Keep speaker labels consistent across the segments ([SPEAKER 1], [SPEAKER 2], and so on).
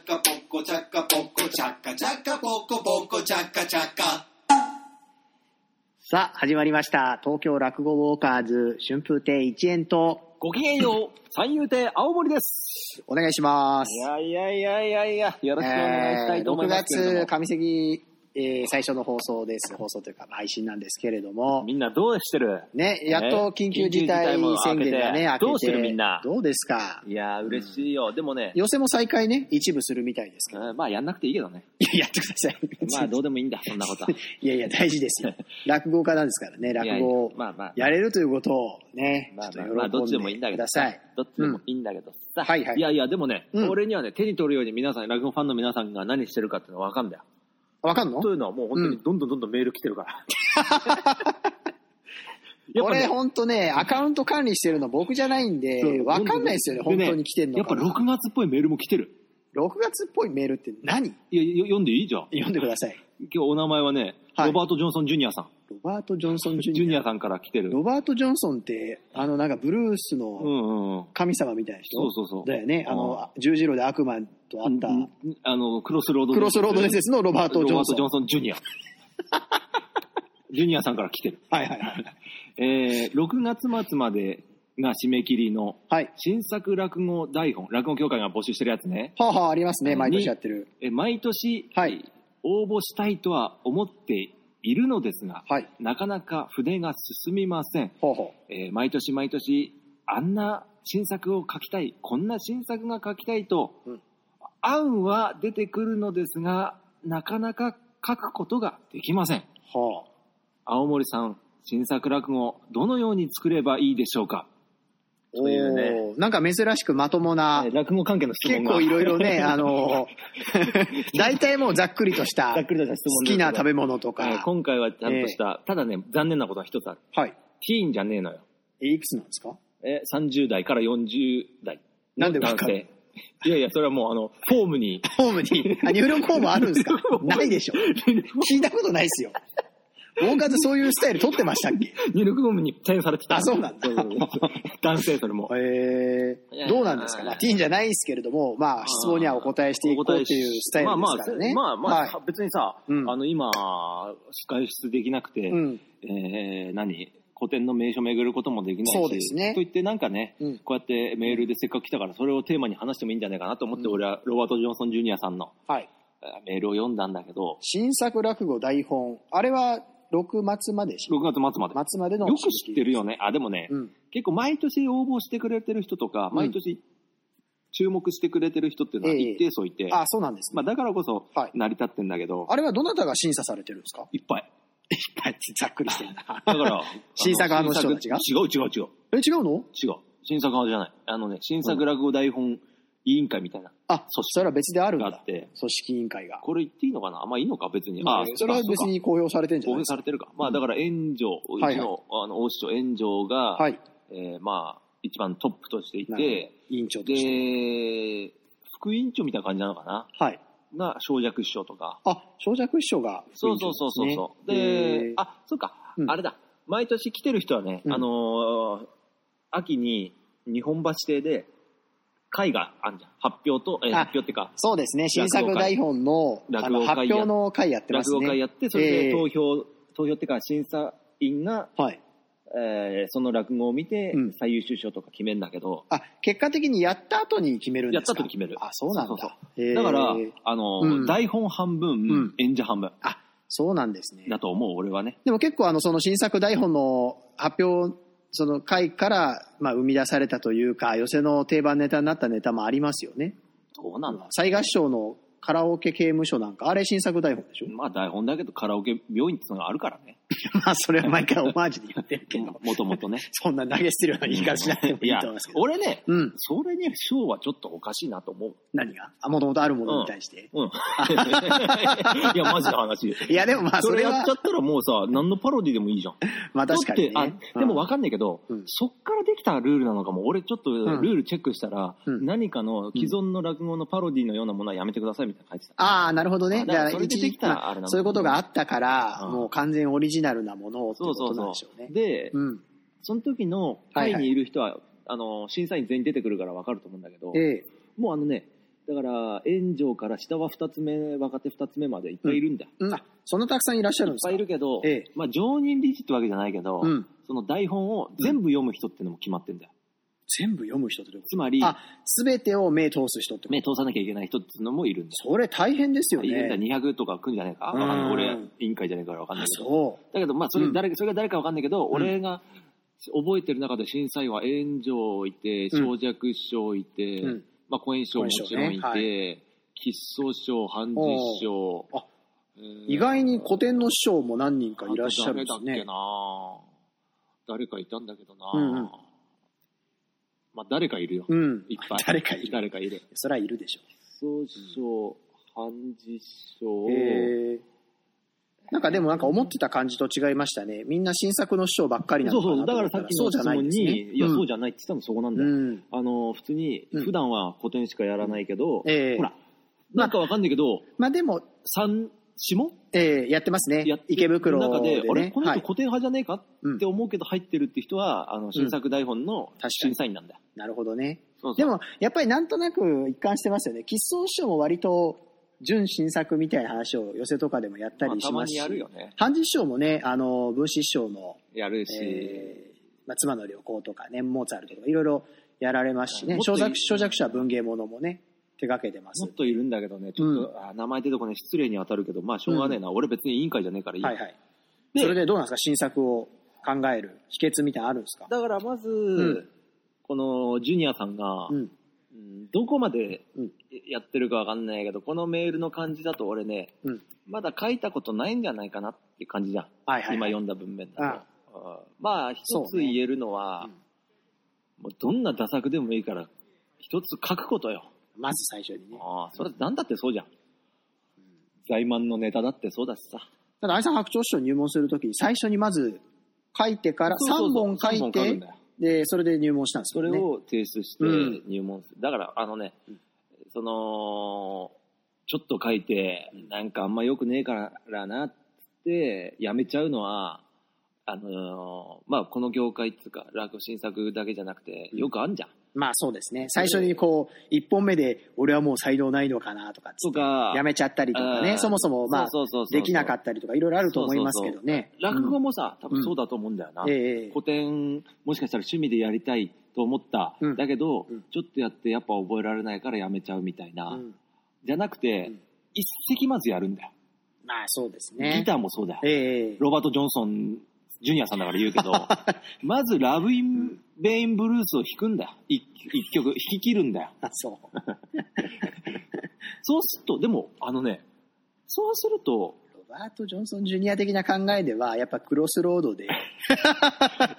[SPEAKER 1] チャカポコチャカチャカポコポコチャカチャカ
[SPEAKER 2] さあ、始まりました。東京落語ウォーカーズ春風亭一円と、
[SPEAKER 3] ごきげんよう、三遊亭青森です。
[SPEAKER 2] お願いします。
[SPEAKER 3] いやいやいやいやいや、よろしくお願いした
[SPEAKER 2] え
[SPEAKER 3] い
[SPEAKER 2] ー
[SPEAKER 3] と思い
[SPEAKER 2] 6
[SPEAKER 3] ますけれども。
[SPEAKER 2] 月上関、えー最初の放送です。放送というか、配信なんですけれども、
[SPEAKER 3] みんなどうしてる
[SPEAKER 2] ね、やっと緊急事態宣言がね、
[SPEAKER 3] 緊急事態も明けて
[SPEAKER 2] 明けて。
[SPEAKER 3] どうするみんな
[SPEAKER 2] どうですか
[SPEAKER 3] いやー、嬉しいよ。でもね、
[SPEAKER 2] 寄せも再開ね、一部するみたいですか
[SPEAKER 3] うんまあやんなくていいけどね。
[SPEAKER 2] ら。いや、やってください。
[SPEAKER 3] まあどうでもいいんだ、そんなことは。
[SPEAKER 2] いやいや、大事ですよ。落語家なんですからね、
[SPEAKER 3] いや
[SPEAKER 2] 落
[SPEAKER 3] いや
[SPEAKER 2] 語を
[SPEAKER 3] まあまあ、
[SPEAKER 2] やれるということをね、
[SPEAKER 3] まあ
[SPEAKER 2] ち
[SPEAKER 3] ま
[SPEAKER 2] ょ
[SPEAKER 3] あ
[SPEAKER 2] っ、
[SPEAKER 3] まあど
[SPEAKER 2] と
[SPEAKER 3] っちでもいい
[SPEAKER 2] 喜ん
[SPEAKER 3] んだ
[SPEAKER 2] で
[SPEAKER 3] け
[SPEAKER 2] く
[SPEAKER 3] ど
[SPEAKER 2] ださ
[SPEAKER 3] さ
[SPEAKER 2] い。。
[SPEAKER 3] どっちでもいいんだけどさ。
[SPEAKER 2] はいはい
[SPEAKER 3] やいや、でもね、
[SPEAKER 2] うん
[SPEAKER 3] 俺にはね、手に取るように皆さん、落語ファンの皆さんが何してるかっていうのはわかんだよ。
[SPEAKER 2] わかんの
[SPEAKER 3] というのはもう本当にどんどんどんどんメール来て るから。やっぱね
[SPEAKER 2] 俺ほんとね、アカウント管理してるの僕じゃないんで、わかんないですよね、本当に来てんの
[SPEAKER 3] やっぱ
[SPEAKER 2] かな。
[SPEAKER 3] 6月っぽいメールも来てる。
[SPEAKER 2] 6月っぽいメールって何
[SPEAKER 3] いや、よ読んでいいじゃん。
[SPEAKER 2] 読んでください。
[SPEAKER 3] 今日お名前はね、
[SPEAKER 2] はい
[SPEAKER 3] ロバート・ジョンソン・ジュニアさん。
[SPEAKER 2] ロバート・ジョンソン・ジ
[SPEAKER 3] ジ
[SPEAKER 2] ュ
[SPEAKER 3] ュ
[SPEAKER 2] ニ
[SPEAKER 3] ニ
[SPEAKER 2] ア。
[SPEAKER 3] アさんから来てる。
[SPEAKER 2] ロバート・ジョンソンって、あの、なんかブルース
[SPEAKER 3] う
[SPEAKER 2] の
[SPEAKER 3] んうんうん。
[SPEAKER 2] 神様みたいな人、
[SPEAKER 3] そうそうそう
[SPEAKER 2] だよね。あ
[SPEAKER 3] うん
[SPEAKER 2] の、十字路で悪魔と会った、
[SPEAKER 3] うんあの、クロスロード
[SPEAKER 2] クロスロード伝説のロバート・ジョンソン。
[SPEAKER 3] ロバート・ジョンソン・ジュニア。ジュニアさんから来てる。
[SPEAKER 2] はいはいはい。
[SPEAKER 3] えー、6月末までが締め切りの
[SPEAKER 2] はい。
[SPEAKER 3] 新作落語台本、落語協会が募集してるやつね。
[SPEAKER 2] はあ、はあ、ありますね、毎年やってる。
[SPEAKER 3] えー毎年、
[SPEAKER 2] はい
[SPEAKER 3] 応募したいとは思っているのですが、
[SPEAKER 2] はい。
[SPEAKER 3] なかなか筆が進みません。
[SPEAKER 2] ほうほ
[SPEAKER 3] えー毎年毎年あんな新作を書きたいこんな新作が書きたいと、
[SPEAKER 2] うん
[SPEAKER 3] 案は出てくるのですがなかなか書くことができません
[SPEAKER 2] う。はあ。
[SPEAKER 3] 青森さん新作落語どのように作ればいいでしょうかというね
[SPEAKER 2] おーなんか珍しくまともな、
[SPEAKER 3] えー落語関係の質
[SPEAKER 2] 結
[SPEAKER 3] 問が
[SPEAKER 2] 構いろいろ ね、あの、大体もうざっくりとした、
[SPEAKER 3] ざっ
[SPEAKER 2] 好
[SPEAKER 3] くりとした質問
[SPEAKER 2] きな食べ
[SPEAKER 3] 物
[SPEAKER 2] 物とか。
[SPEAKER 3] 今回はちゃんとした、ただね残念なことが一つある
[SPEAKER 2] はい。
[SPEAKER 3] ティーンじゃねえのよ
[SPEAKER 2] え、いくつなんですか
[SPEAKER 3] えー30代から40代
[SPEAKER 2] なんで
[SPEAKER 3] の
[SPEAKER 2] わ
[SPEAKER 3] 男
[SPEAKER 2] かる
[SPEAKER 3] 性いやいやそれはもうあのフォームに
[SPEAKER 2] ホームに、あ、ニューロンホームあるんです かないでしょ。聞いたことないですよ。ウォーカーズそういうスタイル取ってましたっけ
[SPEAKER 3] 入力ゴムにチェーンされてた。
[SPEAKER 2] あそうなんだ
[SPEAKER 3] そうそう そう男性それも。
[SPEAKER 2] え
[SPEAKER 3] いや
[SPEAKER 2] ー、どうなんですかね
[SPEAKER 3] はい
[SPEAKER 2] ティーンじゃないですけれども、まあ、質問にはお答えしていこうっていうスタイルですからね。
[SPEAKER 3] まあまあ、まあまあ
[SPEAKER 2] はい
[SPEAKER 3] 別にさ、
[SPEAKER 2] うん
[SPEAKER 3] あの今、外出できなくて、
[SPEAKER 2] うん
[SPEAKER 3] えー何古典の名所巡ることもできないし、
[SPEAKER 2] そうですね
[SPEAKER 3] といってなんかね、
[SPEAKER 2] うん
[SPEAKER 3] こうやってメールでせっかく来たから、それをテーマに話してもいいんじゃないかなと思って、俺はロバート・ジョンソン・ジュニアさんの
[SPEAKER 2] はい。
[SPEAKER 3] えーメールを読んだんだけど、
[SPEAKER 2] 新作落語台本。あれは、6末までし
[SPEAKER 3] 6月末まで。
[SPEAKER 2] 末までの。
[SPEAKER 3] よく知ってるよ。ね。あ、でもね、
[SPEAKER 2] うん。
[SPEAKER 3] 結構毎年応募してくれてる人とか、毎年注目してくれてる人っていうのは
[SPEAKER 2] ええ
[SPEAKER 3] 一定数いて、
[SPEAKER 2] あ、そうなんですね
[SPEAKER 3] まあ、だからこそ
[SPEAKER 2] はい
[SPEAKER 3] 成り立ってんだけど、
[SPEAKER 2] あれはどなたが審査されてるんですか
[SPEAKER 3] い、っ ぱい。
[SPEAKER 2] ざっくりしてるな。
[SPEAKER 3] だから、
[SPEAKER 2] 新作派の人たちが
[SPEAKER 3] 新作違う違う違う
[SPEAKER 2] え、違うの
[SPEAKER 3] 違う。新作派じゃない。あのね、新作落語台本委員会みたいな。
[SPEAKER 2] あ、そしたら別であるん
[SPEAKER 3] が
[SPEAKER 2] だ。
[SPEAKER 3] あって
[SPEAKER 2] 組織委員会が。
[SPEAKER 3] これ言っていいのかなあんまあいいのか別に。ああ、
[SPEAKER 2] それは
[SPEAKER 3] うか
[SPEAKER 2] 別に公表されてんじゃ
[SPEAKER 3] 応
[SPEAKER 2] ない
[SPEAKER 3] 援
[SPEAKER 2] です
[SPEAKER 3] さ
[SPEAKER 2] か。
[SPEAKER 3] れてるか。まあだから炎上、う
[SPEAKER 2] はい
[SPEAKER 3] ちの、あの、大師匠炎上が、
[SPEAKER 2] はい。
[SPEAKER 3] えーまあ、一番トップとしてい
[SPEAKER 2] なるほ
[SPEAKER 3] て、
[SPEAKER 2] ど委員長として。
[SPEAKER 3] で、副委員長みたいな感じなのかな
[SPEAKER 2] はい。
[SPEAKER 3] が、小弱師匠とか。
[SPEAKER 2] あ、小尺師匠が、
[SPEAKER 3] そうそうそうそうそう。
[SPEAKER 2] ね
[SPEAKER 3] で、、あ、そうか、
[SPEAKER 2] うん
[SPEAKER 3] あれだ。毎年来てる人はね、
[SPEAKER 2] うん
[SPEAKER 3] あのー秋に日本橋邸で会があんじゃん。発表と、えー
[SPEAKER 2] あ
[SPEAKER 3] 発表ってか、
[SPEAKER 2] そうですね。新作台本のあ
[SPEAKER 3] 落
[SPEAKER 2] の
[SPEAKER 3] 語会
[SPEAKER 2] 発表の会やってます
[SPEAKER 3] 落
[SPEAKER 2] ね。
[SPEAKER 3] 語会やって、それ
[SPEAKER 2] えー
[SPEAKER 3] で投票、投票ってか、審査員が、
[SPEAKER 2] はい。
[SPEAKER 3] えーその落語を見て
[SPEAKER 2] うん、
[SPEAKER 3] 最優秀賞とか決めるんだけど、
[SPEAKER 2] あ、結果的にやった後に決めるんですか
[SPEAKER 3] やった後に決める
[SPEAKER 2] あ、そうなんだ。
[SPEAKER 3] そうそう
[SPEAKER 2] へー
[SPEAKER 3] だから、あの
[SPEAKER 2] う
[SPEAKER 3] ー
[SPEAKER 2] ん
[SPEAKER 3] 台本半分、
[SPEAKER 2] ん
[SPEAKER 3] 演者半分
[SPEAKER 2] あ、そうなんですね。
[SPEAKER 3] だと思う、俺はね。
[SPEAKER 2] でも結構あのその新作台本の発表その回からまあ生み出されたというか寄せの定番ネタになったネタもありますよね。
[SPEAKER 3] どうなんだ
[SPEAKER 2] 雑賀師匠のカラオケ刑務所なんかあれ新作台本でしょ
[SPEAKER 3] まあ台本だけどカラオケ病院ってのがあるからね。
[SPEAKER 2] まあそれは毎回オマージュで言ってるけ ど
[SPEAKER 3] もともとね。
[SPEAKER 2] そんな投げ捨てるような 言い方しなくてもいいと思いますけど。
[SPEAKER 3] 俺ね、
[SPEAKER 2] うん、
[SPEAKER 3] それに賞はちょっとおかしいなと思う。
[SPEAKER 2] 何があもともとあるものに対して、
[SPEAKER 3] うん。いや、マジな話。
[SPEAKER 2] いやでもまあ
[SPEAKER 3] そ
[SPEAKER 2] そ
[SPEAKER 3] れ
[SPEAKER 2] れ
[SPEAKER 3] や
[SPEAKER 2] は
[SPEAKER 3] っちゃったらもうさ、何のパロディでもいいじゃん。
[SPEAKER 2] まあ確かに、ね、
[SPEAKER 3] だってあ、でもわ
[SPEAKER 2] か
[SPEAKER 3] かんないけど、
[SPEAKER 2] うん
[SPEAKER 3] そっからできたルールなのかも、俺ちょっと
[SPEAKER 2] ん
[SPEAKER 3] ルールチェックしたら、
[SPEAKER 2] うん
[SPEAKER 3] 何かの既存の落語のパロディのようなものはやめてくださいみたいなの書いてた。
[SPEAKER 2] ああ、なるほどね。
[SPEAKER 3] あ
[SPEAKER 2] じ
[SPEAKER 3] だか
[SPEAKER 2] ゃ
[SPEAKER 3] ら
[SPEAKER 2] あ、
[SPEAKER 3] それでできたらあれなのかな
[SPEAKER 2] そういうことがあったから、
[SPEAKER 3] うん
[SPEAKER 2] もう完全オリジナルなものをって
[SPEAKER 3] そ
[SPEAKER 2] こ
[SPEAKER 3] うそ
[SPEAKER 2] と
[SPEAKER 3] う
[SPEAKER 2] なんでし
[SPEAKER 3] そ
[SPEAKER 2] ょうね
[SPEAKER 3] う。。で、
[SPEAKER 2] うん。
[SPEAKER 3] その時の会にいる人は、あの、審査員全員出てくるからわかると思うんだけど、
[SPEAKER 2] ええ。
[SPEAKER 3] もうあのね、だから、炎上から下は2つ目、若手2つ目までいっぱいいるんだよ。
[SPEAKER 2] うん、あそんなたくさんいらっしゃる
[SPEAKER 3] い
[SPEAKER 2] ん
[SPEAKER 3] っ
[SPEAKER 2] です
[SPEAKER 3] ぱ
[SPEAKER 2] か
[SPEAKER 3] いいるけど、
[SPEAKER 2] ええ
[SPEAKER 3] まあ、常任理事ってわけじゃないけど、
[SPEAKER 2] うん、
[SPEAKER 3] その台本を全部読む人ってのも決まってんだよ。
[SPEAKER 2] 全部読む人ってどういうこ
[SPEAKER 3] つまり
[SPEAKER 2] と、あ全てを目通す人ってこと
[SPEAKER 3] 目通さなきゃいけない人っていうのもいるんだよ。
[SPEAKER 2] それ大変ですよ
[SPEAKER 3] いるんだ、
[SPEAKER 2] ね
[SPEAKER 3] 200とか来るんじゃないか。わかんない
[SPEAKER 2] うん
[SPEAKER 3] 俺、委員会じゃないからわかん
[SPEAKER 2] あ
[SPEAKER 3] ないけど。
[SPEAKER 2] そ
[SPEAKER 3] だけど、まあ、それ
[SPEAKER 2] うん
[SPEAKER 3] 誰、それが誰かわかんないけど、
[SPEAKER 2] ん
[SPEAKER 3] 俺が覚えてる中で審査員は炎上いて、
[SPEAKER 2] うん
[SPEAKER 3] 小弱賞いて、
[SPEAKER 2] うん
[SPEAKER 3] まあ、コエン賞もちろんい
[SPEAKER 2] コエン賞
[SPEAKER 3] て、吉草賞、半十賞
[SPEAKER 2] おーあ。
[SPEAKER 3] えー
[SPEAKER 2] う意外に古典の師匠も何人かいらっしゃるんです
[SPEAKER 3] あと誰だっけ
[SPEAKER 2] ね
[SPEAKER 3] な誰かいたんだけどな、
[SPEAKER 2] うんうん
[SPEAKER 3] まあ、誰かいるよ。
[SPEAKER 2] うん
[SPEAKER 3] いっぱい。
[SPEAKER 2] 誰かいる
[SPEAKER 3] 誰かいる。
[SPEAKER 2] そりゃいるでしょ
[SPEAKER 3] 吉草賞、半十賞、
[SPEAKER 2] へえなんかでもなんか思ってた感じと違いましたねみんな新作の師匠ばっかりな
[SPEAKER 3] そ
[SPEAKER 2] のかなと
[SPEAKER 3] うそう、だか
[SPEAKER 2] 思
[SPEAKER 3] ら
[SPEAKER 2] った
[SPEAKER 3] さっ
[SPEAKER 2] ら
[SPEAKER 3] き
[SPEAKER 2] そ
[SPEAKER 3] の
[SPEAKER 2] うじゃ
[SPEAKER 3] 質
[SPEAKER 2] ない
[SPEAKER 3] 問
[SPEAKER 2] んですね
[SPEAKER 3] に、いや、そうじゃないって言ったのそこなんだよ。
[SPEAKER 2] うん
[SPEAKER 3] あの、普通に、
[SPEAKER 2] うん
[SPEAKER 3] 普段は古典しかやらないけど、
[SPEAKER 2] ええ
[SPEAKER 3] ほら、なんかわかんないけど、
[SPEAKER 2] まあでも、
[SPEAKER 3] 三、下
[SPEAKER 2] えーやってますね
[SPEAKER 3] やっ。
[SPEAKER 2] 池袋で
[SPEAKER 3] 中
[SPEAKER 2] ね。
[SPEAKER 3] で、あれこの
[SPEAKER 2] は
[SPEAKER 3] 人
[SPEAKER 2] い、
[SPEAKER 3] 古典派じゃねえか
[SPEAKER 2] うん
[SPEAKER 3] って思うけど入ってるって人は、あの、新作台本の
[SPEAKER 2] かに
[SPEAKER 3] 審査員なんだよ。
[SPEAKER 2] なるほどね。
[SPEAKER 3] そうそう
[SPEAKER 2] でも、やっぱりなんとなく一貫してますよね。喫相師匠も割と、純新作みたいな話を寄せとかでもやった
[SPEAKER 3] まあ
[SPEAKER 2] り
[SPEAKER 3] た
[SPEAKER 2] し
[SPEAKER 3] ま
[SPEAKER 2] ます
[SPEAKER 3] に
[SPEAKER 2] し。
[SPEAKER 3] やるよね。
[SPEAKER 2] 半次師匠もね、あの、文子師匠の、
[SPEAKER 3] やるし、
[SPEAKER 2] えーまあ、妻の旅行とかね、モーツァルトとかいろいろやられますし
[SPEAKER 3] う
[SPEAKER 2] ね
[SPEAKER 3] ん。
[SPEAKER 2] 小
[SPEAKER 3] もっと
[SPEAKER 2] 作、
[SPEAKER 3] いい
[SPEAKER 2] 小作者文芸ものもね、手掛けてます
[SPEAKER 3] もっ。といるんだけどね、ちょっと、
[SPEAKER 2] う
[SPEAKER 3] あ名前出てこない失礼に当たるけど、まあ、しょうがねえな、俺別に委員会じゃねえからいいや、
[SPEAKER 2] はいはい。
[SPEAKER 3] で
[SPEAKER 2] それでどうなんですか新作を考える秘訣みたいなのあるんですか
[SPEAKER 3] だからまず、
[SPEAKER 2] ん
[SPEAKER 3] このジュニアさんが、
[SPEAKER 2] うん。
[SPEAKER 3] うんどこまで
[SPEAKER 2] うん
[SPEAKER 3] やってるかわかんないけど、このメールの感じだと俺ね、
[SPEAKER 2] うん。
[SPEAKER 3] まだ書いたことないんじゃないかなって感じじゃん。
[SPEAKER 2] はいはいはい。
[SPEAKER 3] 今読んだ文面だと。
[SPEAKER 2] あ
[SPEAKER 3] あーまあ、一つ
[SPEAKER 2] そうね
[SPEAKER 3] 言えるの
[SPEAKER 2] う
[SPEAKER 3] は、
[SPEAKER 2] ん
[SPEAKER 3] もうどんな打作でもいいから、一つ書くことよ。
[SPEAKER 2] まず最初にね。
[SPEAKER 3] ああ、それなんだってそうじゃん。在満のネタだってそうだしさ。
[SPEAKER 2] ただ、愛さん白鳥師匠入門するときに、最初にまず書いてから、
[SPEAKER 3] そう
[SPEAKER 2] 3
[SPEAKER 3] そう
[SPEAKER 2] 本
[SPEAKER 3] そう
[SPEAKER 2] 書い
[SPEAKER 3] 三本くん
[SPEAKER 2] て
[SPEAKER 3] だ、よ
[SPEAKER 2] で、それで入門したんです
[SPEAKER 3] そ
[SPEAKER 2] よね。
[SPEAKER 3] れを提出して
[SPEAKER 2] うん
[SPEAKER 3] 入門する。だから、あのね、
[SPEAKER 2] うん
[SPEAKER 3] その、ちょっと書いて、なんかあんま良くねえからなって、やめちゃうのは、あのーまあ、この業界っていうか、落語新作だけじゃなくて、
[SPEAKER 2] うん
[SPEAKER 3] よくあんじゃん。
[SPEAKER 2] まあそうですね。最初にこう、1本目で、俺はもう才能ないのかなとかっつ
[SPEAKER 3] と
[SPEAKER 2] って、
[SPEAKER 3] か、
[SPEAKER 2] やめちゃったりとか
[SPEAKER 3] あ
[SPEAKER 2] ね、
[SPEAKER 3] ー
[SPEAKER 2] そもそも、まあ、
[SPEAKER 3] そうそうそうそう
[SPEAKER 2] できなかったりとか、いろいろあると思いますけどね。
[SPEAKER 3] 落語
[SPEAKER 2] も、
[SPEAKER 3] もさ、多分そうだと思うんだよな。
[SPEAKER 2] ええええ
[SPEAKER 3] 古典、もしかしたら趣味でやりたいと思った。
[SPEAKER 2] うん
[SPEAKER 3] だけど、
[SPEAKER 2] うん
[SPEAKER 3] ちょっとやってやっぱ覚えられないからやめちゃうみたいな。
[SPEAKER 2] うん
[SPEAKER 3] じゃなくて、
[SPEAKER 2] うん
[SPEAKER 3] 一席まずやるんだよ。
[SPEAKER 2] まあそうですね。
[SPEAKER 3] ギターもそうだよ。
[SPEAKER 2] ええええ
[SPEAKER 3] ロバート・ジョンソン、ジュニアさんだから言 うけど、まずラブ・イン・ベイン・ブルースを弾くんだよ。一一曲、弾き切るんだよ。
[SPEAKER 2] あそう。
[SPEAKER 3] そうすると、でも、あのね、そうすると、
[SPEAKER 2] ロバート・ジョンソン・ジュニア的な考えでは、やっぱクロスロードで、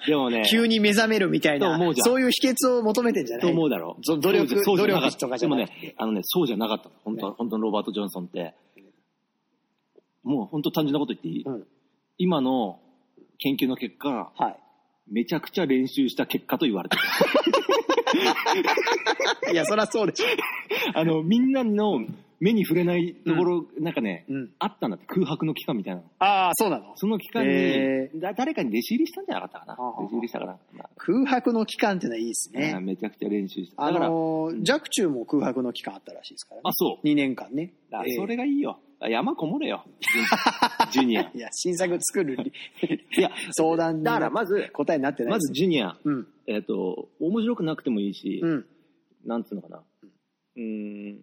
[SPEAKER 3] でもね、
[SPEAKER 2] 急に目覚めるみたい
[SPEAKER 3] と
[SPEAKER 2] な
[SPEAKER 3] 思う、じゃん
[SPEAKER 2] そういう秘訣を求めてんじゃない
[SPEAKER 3] と思うだろ
[SPEAKER 2] ぞ努力
[SPEAKER 3] そうじゃな
[SPEAKER 2] 努力とかじゃ
[SPEAKER 3] でも
[SPEAKER 2] なくて
[SPEAKER 3] ね、あのね、そうじゃなかったの。本当は、
[SPEAKER 2] ね
[SPEAKER 3] 本当のロバート・ジョンソンって、もう本当単純なこと言っていい、
[SPEAKER 2] うん
[SPEAKER 3] 今の研究の結果、
[SPEAKER 2] はい。
[SPEAKER 3] めちゃくちゃ練習した結果と言われてる。
[SPEAKER 2] いや、そりゃそうでしょ。
[SPEAKER 3] あの、みんなの目に触れないところ、なんかね、
[SPEAKER 2] うん。
[SPEAKER 3] あったんだって、空白の期間みたいなの。
[SPEAKER 2] ああ、そうなの
[SPEAKER 3] その期間に、
[SPEAKER 2] へ
[SPEAKER 3] だ誰かに弟子入りしたんじゃなかったかな。
[SPEAKER 2] はあはあ
[SPEAKER 3] 弟子入りしたかな。まあ
[SPEAKER 2] 空白の期間ってのはいいですね。
[SPEAKER 3] めちゃくちゃ練習した。
[SPEAKER 2] あ
[SPEAKER 3] だから、
[SPEAKER 2] のー、若冲も空白の期間あったらしいですからね
[SPEAKER 3] あ、。そう。
[SPEAKER 2] 2年間ね。
[SPEAKER 3] だから
[SPEAKER 2] ええ
[SPEAKER 3] それがいいよ。山こもれよ。ジュ ニア。
[SPEAKER 2] いや、新作作る理
[SPEAKER 3] いや、
[SPEAKER 2] 相談に
[SPEAKER 3] だからまず、
[SPEAKER 2] 答えになってない
[SPEAKER 3] ま
[SPEAKER 2] です
[SPEAKER 3] ずジュニア、
[SPEAKER 2] うん。
[SPEAKER 3] えっ、と、面白くなくてもいいし、
[SPEAKER 2] うん。
[SPEAKER 3] なんつうのかな。うーん、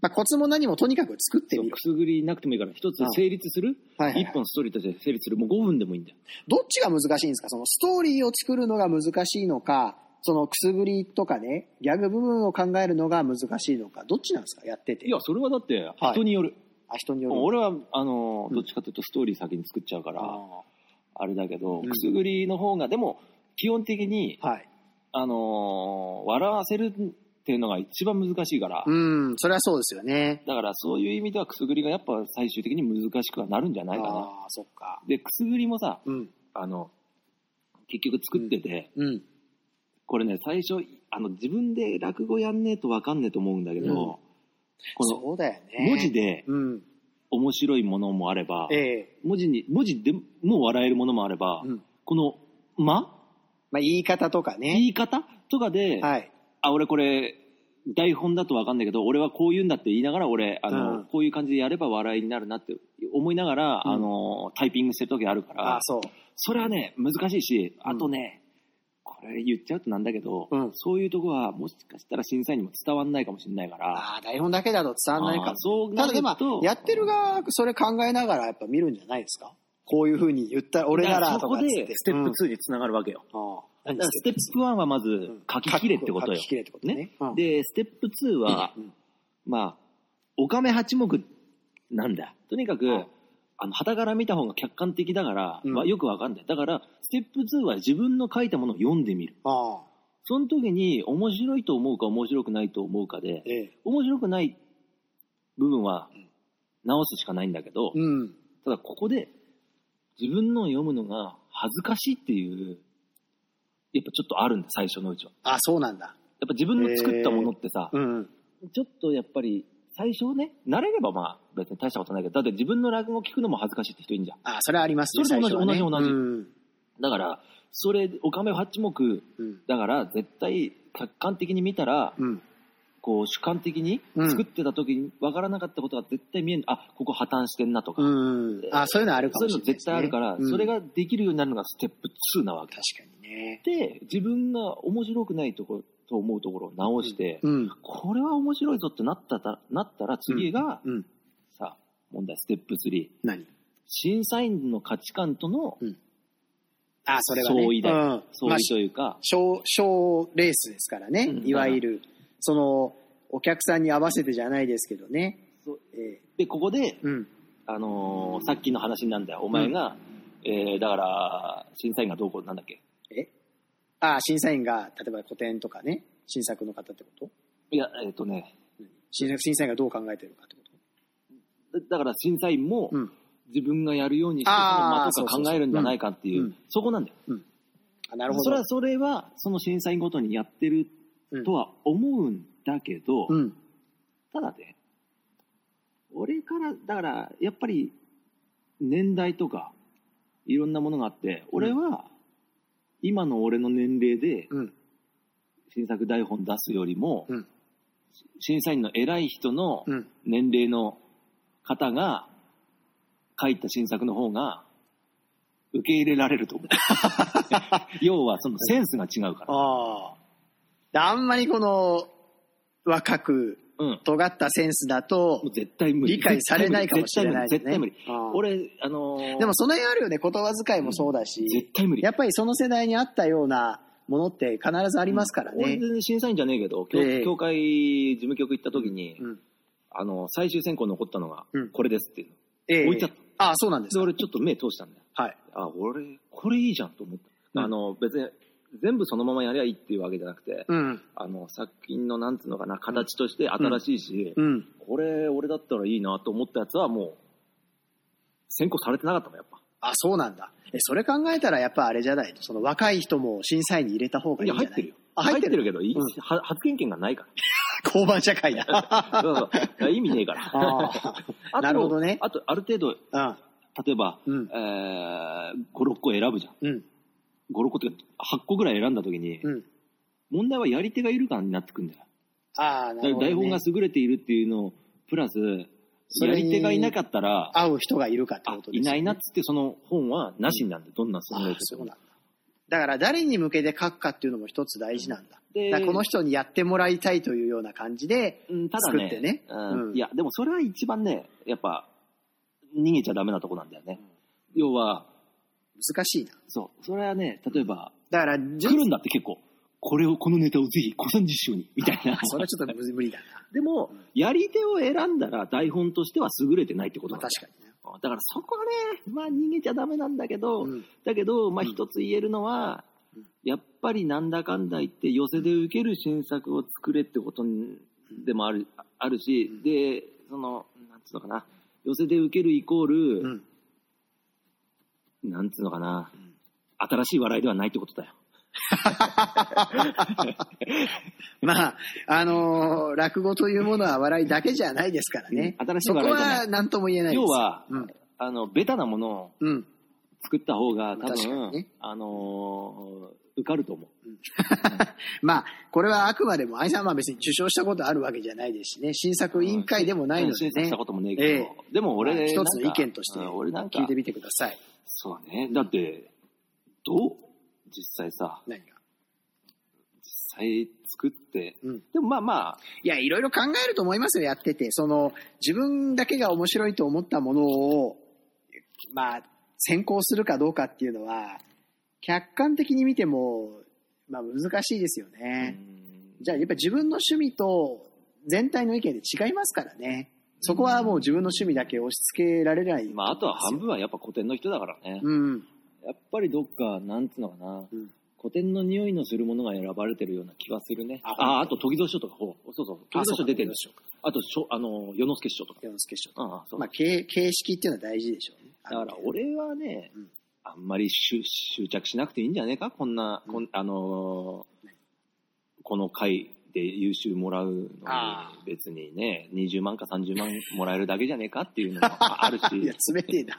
[SPEAKER 2] まあ、コツも何もとにかく作って
[SPEAKER 3] そう
[SPEAKER 2] みる
[SPEAKER 3] く。すぐりなくてもいいから、一つ成立する、
[SPEAKER 2] はいはい
[SPEAKER 3] 一本ストーリーとして成立する、もう5分でもいいんだよ。
[SPEAKER 2] どっちが難しいんですかそのストーリーを作るのが難しいのか、そのくすぐりとかね、ギャグ部分を考えるのが難しいのか、どっちなんですかやってて。
[SPEAKER 3] いや、それはだって、
[SPEAKER 2] はい
[SPEAKER 3] 人による。
[SPEAKER 2] あ、人によ
[SPEAKER 3] も
[SPEAKER 2] る
[SPEAKER 3] う。俺は、あの、
[SPEAKER 2] うん
[SPEAKER 3] どっちかというとストーリー先に作っちゃうから、
[SPEAKER 2] あ
[SPEAKER 3] あれだけど、
[SPEAKER 2] うん
[SPEAKER 3] くすぐりの方が、でも、基本的に、
[SPEAKER 2] ーはい。
[SPEAKER 3] あのー笑わせるっていうのが一番難しいから、
[SPEAKER 2] うん、それはそうですよね。
[SPEAKER 3] だからそういう意味ではくすぐりがやっぱ最終的に難しくはなるんじゃないかな。
[SPEAKER 2] ああー、そっか。
[SPEAKER 3] で、くすぐりもさ、
[SPEAKER 2] うん。
[SPEAKER 3] あの、結局作ってて、
[SPEAKER 2] うん。
[SPEAKER 3] これね、最初、あの、自分で落語やんねえとわかんねえと思うんだけど、
[SPEAKER 2] うん
[SPEAKER 3] この、
[SPEAKER 2] そうだよね。
[SPEAKER 3] 文字。で
[SPEAKER 2] うん。
[SPEAKER 3] 面白いものもあれば、
[SPEAKER 2] ええ
[SPEAKER 3] 文字に、文字でも笑えるものもあれば、
[SPEAKER 2] うん。
[SPEAKER 3] この、間
[SPEAKER 2] まあ、言い方とか
[SPEAKER 3] 言
[SPEAKER 2] ね。
[SPEAKER 3] い方とかで、
[SPEAKER 2] はい。
[SPEAKER 3] あ、俺これ、台本だと分かんないけど俺はこう言うんだって言いながら俺あの、
[SPEAKER 2] うん
[SPEAKER 3] こういう感じでやれば笑いになるなって思いながら、
[SPEAKER 2] うん
[SPEAKER 3] あのタイピングしてる時あるから
[SPEAKER 2] あそう。
[SPEAKER 3] それはね難しいし
[SPEAKER 2] うん
[SPEAKER 3] あとね、これ言っちゃうとなんだけど、
[SPEAKER 2] うん
[SPEAKER 3] そういうとこはもしかしたら審査員にも伝わんないかもしれないから
[SPEAKER 2] ああ、台本だけだと伝わんない
[SPEAKER 3] あ
[SPEAKER 2] か
[SPEAKER 3] ー。そう
[SPEAKER 2] た
[SPEAKER 3] な
[SPEAKER 2] だ
[SPEAKER 3] る
[SPEAKER 2] で
[SPEAKER 3] と
[SPEAKER 2] も、やってる側、それ考えながらやっぱ見るんじゃないですかこういうふうに言ったら、俺なら
[SPEAKER 3] そ
[SPEAKER 2] と
[SPEAKER 3] こ
[SPEAKER 2] かっ
[SPEAKER 3] で
[SPEAKER 2] つって。
[SPEAKER 3] ステッ
[SPEAKER 2] うん
[SPEAKER 3] プ2につながるわけよ、
[SPEAKER 2] あー
[SPEAKER 3] だからステップ1はまず
[SPEAKER 2] うん
[SPEAKER 3] 書き切れってことよ
[SPEAKER 2] 書き切れってことね。
[SPEAKER 3] ね
[SPEAKER 2] うん、
[SPEAKER 3] でステップ2は、
[SPEAKER 2] うん
[SPEAKER 3] まあおかめ八目なんだとにかく、
[SPEAKER 2] うん
[SPEAKER 3] あの旗から見た方が客観的だから、
[SPEAKER 2] うん
[SPEAKER 3] まあ、よくわかんないだからステップ2は自分の書いたものを読んでみる
[SPEAKER 2] あ
[SPEAKER 3] その時に面白いと思うか面白くないと思うかで
[SPEAKER 2] ーええ
[SPEAKER 3] 面白くない部分は直すしかないんだけど、
[SPEAKER 2] うん。
[SPEAKER 3] ただここで自分のを読むのが恥ずかしいっていうやっぱちょっとあるんだ最初のうちは
[SPEAKER 2] あ、そうなんだ。
[SPEAKER 3] やっぱ自分の作ったものってさ、
[SPEAKER 2] うん。
[SPEAKER 3] ちょっとやっぱり、最初ね、慣れればまあ、別に大したことないけど、だって自分の落語を聞くのも恥ずかしいって人いるんじゃん。
[SPEAKER 2] あ、それはありますね。
[SPEAKER 3] それと同じ
[SPEAKER 2] 最初はね
[SPEAKER 3] 同じ同じ
[SPEAKER 2] うん
[SPEAKER 3] だから、それ、おかめ八目、
[SPEAKER 2] うん。
[SPEAKER 3] だから、絶対、客観的に見たら、
[SPEAKER 2] うん。
[SPEAKER 3] こう、主観的に
[SPEAKER 2] うん
[SPEAKER 3] 作ってた時に、わからなかったことが絶対見えん、あ、ここ破綻してんなとか、
[SPEAKER 2] うん。あ、そういうのあるか
[SPEAKER 3] そう
[SPEAKER 2] も
[SPEAKER 3] い
[SPEAKER 2] しれないで
[SPEAKER 3] うの
[SPEAKER 2] すね。
[SPEAKER 3] 絶対あるから、
[SPEAKER 2] うん
[SPEAKER 3] それ。ができるようになるのがステップ2なわけ。
[SPEAKER 2] 確かにね。
[SPEAKER 3] で、自分が面白くないところ、と思うところを直して、
[SPEAKER 2] うん。
[SPEAKER 3] これは面白いぞってなったたなったら、次が、
[SPEAKER 2] うん。
[SPEAKER 3] さあ、問題、ステップ3。
[SPEAKER 2] 何
[SPEAKER 3] 審査員の価値観との
[SPEAKER 2] あ、それはね。
[SPEAKER 3] 相違だよ
[SPEAKER 2] うん。
[SPEAKER 3] 相
[SPEAKER 2] まあ
[SPEAKER 3] 違、というか、
[SPEAKER 2] 賞、賞レースですからね
[SPEAKER 3] う。ん
[SPEAKER 2] いわゆる、その、お客さんに合わせてじゃないですけどね。
[SPEAKER 3] そう
[SPEAKER 2] え
[SPEAKER 3] でここで
[SPEAKER 2] え、うん。
[SPEAKER 3] あのーさっきの話なんだよお前が、えーだから審査員がどうこうなんだっけ
[SPEAKER 2] えあ、審査員が、例えば古典とかね、新作の方ってこと
[SPEAKER 3] いやえっ、とね
[SPEAKER 2] 新作審査員がどう考えてるかってこと
[SPEAKER 3] だだから審査員も
[SPEAKER 2] うん。
[SPEAKER 3] 自分がやるようにしてその
[SPEAKER 2] あー
[SPEAKER 3] 間とか考えるんじゃないかっていう
[SPEAKER 2] そう
[SPEAKER 3] そ
[SPEAKER 2] そうそ
[SPEAKER 3] こなんだよ
[SPEAKER 2] あ、なるほど。
[SPEAKER 3] それはそれはその審査員ごとにやってる
[SPEAKER 2] うん
[SPEAKER 3] とは思うんだけど、
[SPEAKER 2] うん。
[SPEAKER 3] ただね俺からだからやっぱり年代とかいろんなものがあって俺は今の俺の年齢で
[SPEAKER 2] うん。
[SPEAKER 3] 新作台本出すよりも、
[SPEAKER 2] うん
[SPEAKER 3] 審査員の偉い人の
[SPEAKER 2] うん。
[SPEAKER 3] 年齢の方が書いた新作の方が受け入れられると 思う要はそのセンスが違うから、
[SPEAKER 2] ああ。であんまりこの、若く、
[SPEAKER 3] うん、も
[SPEAKER 2] 尖ったセンスだと
[SPEAKER 3] う、絶対無理
[SPEAKER 2] 理解されないかもしれないですね
[SPEAKER 3] 絶対無理絶対無理
[SPEAKER 2] あー
[SPEAKER 3] 俺あのー
[SPEAKER 2] でもその辺あるよね、言葉遣いもそうだし。
[SPEAKER 3] 絶対無理
[SPEAKER 2] やっぱりその世代にあったようなものって必ずありますから
[SPEAKER 3] 俺
[SPEAKER 2] ね。
[SPEAKER 3] 全然審査員じゃねえけど、教
[SPEAKER 2] ええ
[SPEAKER 3] 協会事務局行った時に、
[SPEAKER 2] うん
[SPEAKER 3] あの、最終選考残ったのが
[SPEAKER 2] うん、
[SPEAKER 3] これですっていうの。
[SPEAKER 2] ええ
[SPEAKER 3] 置いちゃった
[SPEAKER 2] ああ、そうなんです
[SPEAKER 3] で、
[SPEAKER 2] か。
[SPEAKER 3] 俺ちょっと目通したんだよ。
[SPEAKER 2] はい。
[SPEAKER 3] あ、俺、これいいじゃんと思った。
[SPEAKER 2] うん
[SPEAKER 3] あの、別に、全部そのままやりゃいいっていうわけじゃなくて、
[SPEAKER 2] うん。
[SPEAKER 3] あの、作品の、なんつうのかな、形として新しいし、
[SPEAKER 2] うん。
[SPEAKER 3] これ、俺だったらいいなと思ったやつはもう、選考されてなかったもん、やっぱ。
[SPEAKER 2] あ、そうなんだ。え、それ考えたらやっぱあれじゃないと、その若い人も審査員に入れた方がい
[SPEAKER 3] い
[SPEAKER 2] いん
[SPEAKER 3] や、
[SPEAKER 2] じゃない
[SPEAKER 3] 入ってるよ。
[SPEAKER 2] あ、入ってる。
[SPEAKER 3] けど、いい
[SPEAKER 2] うん
[SPEAKER 3] は発言権がないか
[SPEAKER 2] 交番社会だ。
[SPEAKER 3] ら。そうそういや意味ねえから。
[SPEAKER 2] あ
[SPEAKER 3] あと
[SPEAKER 2] なるほどね
[SPEAKER 3] あと、ある程度、
[SPEAKER 2] あ。
[SPEAKER 3] 例えば、
[SPEAKER 2] うん。
[SPEAKER 3] えー、5、6個選ぶじゃん。
[SPEAKER 2] うん。
[SPEAKER 3] 5、6個っていうか、8個ぐらい選んだ時に、
[SPEAKER 2] うん。
[SPEAKER 3] 問題はやり手がいるかになってくんだよ。
[SPEAKER 2] ああ、
[SPEAKER 3] だ
[SPEAKER 2] な
[SPEAKER 3] か
[SPEAKER 2] る
[SPEAKER 3] ら
[SPEAKER 2] ほど、ね。
[SPEAKER 3] 台本が優れているっていうのを、プラス、
[SPEAKER 2] そ
[SPEAKER 3] や
[SPEAKER 2] れに
[SPEAKER 3] り手がいなかったら、
[SPEAKER 2] 合う人がいるかって
[SPEAKER 3] あ
[SPEAKER 2] ことで
[SPEAKER 3] い
[SPEAKER 2] すよ
[SPEAKER 3] な
[SPEAKER 2] ね
[SPEAKER 3] いなっつって、その本はなしになるんで、どんな
[SPEAKER 2] あ
[SPEAKER 3] 優れて
[SPEAKER 2] そう
[SPEAKER 3] も
[SPEAKER 2] なんだ。だから誰に向けて書くかっていうのも一つ大事なんだ。
[SPEAKER 3] で
[SPEAKER 2] だからこの人にやってもらいたいというような感じで、
[SPEAKER 3] うんただね
[SPEAKER 2] 作ってね
[SPEAKER 3] うん
[SPEAKER 2] うん
[SPEAKER 3] いや、でもそれは一番ね、やっぱ、逃げちゃダメなとこなんだよね。要は、
[SPEAKER 2] 難しいな。
[SPEAKER 3] そう、それはね、例えば、
[SPEAKER 2] だから、
[SPEAKER 3] 来るんだって結構、これを、このネタをぜひ、小三治師匠に、みたいな。
[SPEAKER 2] それはちょっと無理だな。
[SPEAKER 3] でも、やり手を選んだら台本としては優れてないってこと
[SPEAKER 2] まあ
[SPEAKER 3] なんだよ
[SPEAKER 2] 確かにね。
[SPEAKER 3] だからそこはね、まあ逃げちゃダメなんだけど、
[SPEAKER 2] うん
[SPEAKER 3] だけど、まあ
[SPEAKER 2] うん
[SPEAKER 3] 一つ言えるのは、
[SPEAKER 2] うん
[SPEAKER 3] やっぱりなんだかんだ言って寄せで受ける新作を作れってことにでもあるあるし、
[SPEAKER 2] うん
[SPEAKER 3] で、その、なんつうのかな、寄せで受けるイコール、
[SPEAKER 2] うん。
[SPEAKER 3] なんつうのかな、
[SPEAKER 2] ん
[SPEAKER 3] 新しい笑いではないってことだよ。
[SPEAKER 2] まあ、あのー落語というものは笑いだけじゃないですからね。
[SPEAKER 3] うん新しい
[SPEAKER 2] そこ
[SPEAKER 3] 笑いじゃない
[SPEAKER 2] は何とも言えないです
[SPEAKER 3] 要
[SPEAKER 2] よ。
[SPEAKER 3] は、
[SPEAKER 2] うん
[SPEAKER 3] あの、ベタなものを
[SPEAKER 2] うん。
[SPEAKER 3] 作った方が多
[SPEAKER 2] 確か
[SPEAKER 3] 分、
[SPEAKER 2] にね
[SPEAKER 3] あのー受かると思う。
[SPEAKER 2] まあ、これはあくまでも愛さんは別に受賞したことあるわけじゃないですしね、新作委員会でもないので
[SPEAKER 3] 審査
[SPEAKER 2] ね
[SPEAKER 3] した、こともねえけど、
[SPEAKER 2] え
[SPEAKER 3] でも俺、
[SPEAKER 2] まあ
[SPEAKER 3] な
[SPEAKER 2] 一
[SPEAKER 3] んか
[SPEAKER 2] つの意見として
[SPEAKER 3] うん俺なんか
[SPEAKER 2] 聞いてみてください。
[SPEAKER 3] そうね。だって、どう実際さ、
[SPEAKER 2] 何が
[SPEAKER 3] 実際作って、
[SPEAKER 2] うん
[SPEAKER 3] でもまあまあ、
[SPEAKER 2] いや、いろいろ考えると思いますよ、やってて。その、自分だけが面白いと思ったものを、まあ、先行するかどうかっていうのは、客観的に見ても、まあ、難しいですよね。
[SPEAKER 3] うん
[SPEAKER 2] じゃあ、やっぱ自分の趣味と全体の意見で違いますからね。そこはもう自分の趣味だけ押し付けられない。
[SPEAKER 3] まああとは半分はやっぱ古典の人だからね。
[SPEAKER 2] うん。
[SPEAKER 3] やっぱりどっか、なんつうのかな、
[SPEAKER 2] うん
[SPEAKER 3] 古典の匂いのするものが選ばれてるような気がするね。
[SPEAKER 2] あ
[SPEAKER 3] あ、あと、時蔵師匠とか、ほうそうそう、時蔵師匠出てる
[SPEAKER 2] でしょうか。
[SPEAKER 3] あと、しょあの、世之助師匠とか。
[SPEAKER 2] 世之助師匠
[SPEAKER 3] ああ、そう。
[SPEAKER 2] まあ、形形式っていうのは大事でしょうね。
[SPEAKER 3] だから、俺はね、
[SPEAKER 2] うん
[SPEAKER 3] あんまり執執着しなくていいんじゃねえかこんな、こんあのーこの回で優秀もらうのに
[SPEAKER 2] あ、
[SPEAKER 3] 別にね、20万か30万もらえるだけじゃねえかっていうのもあるし
[SPEAKER 2] いや、冷てえな。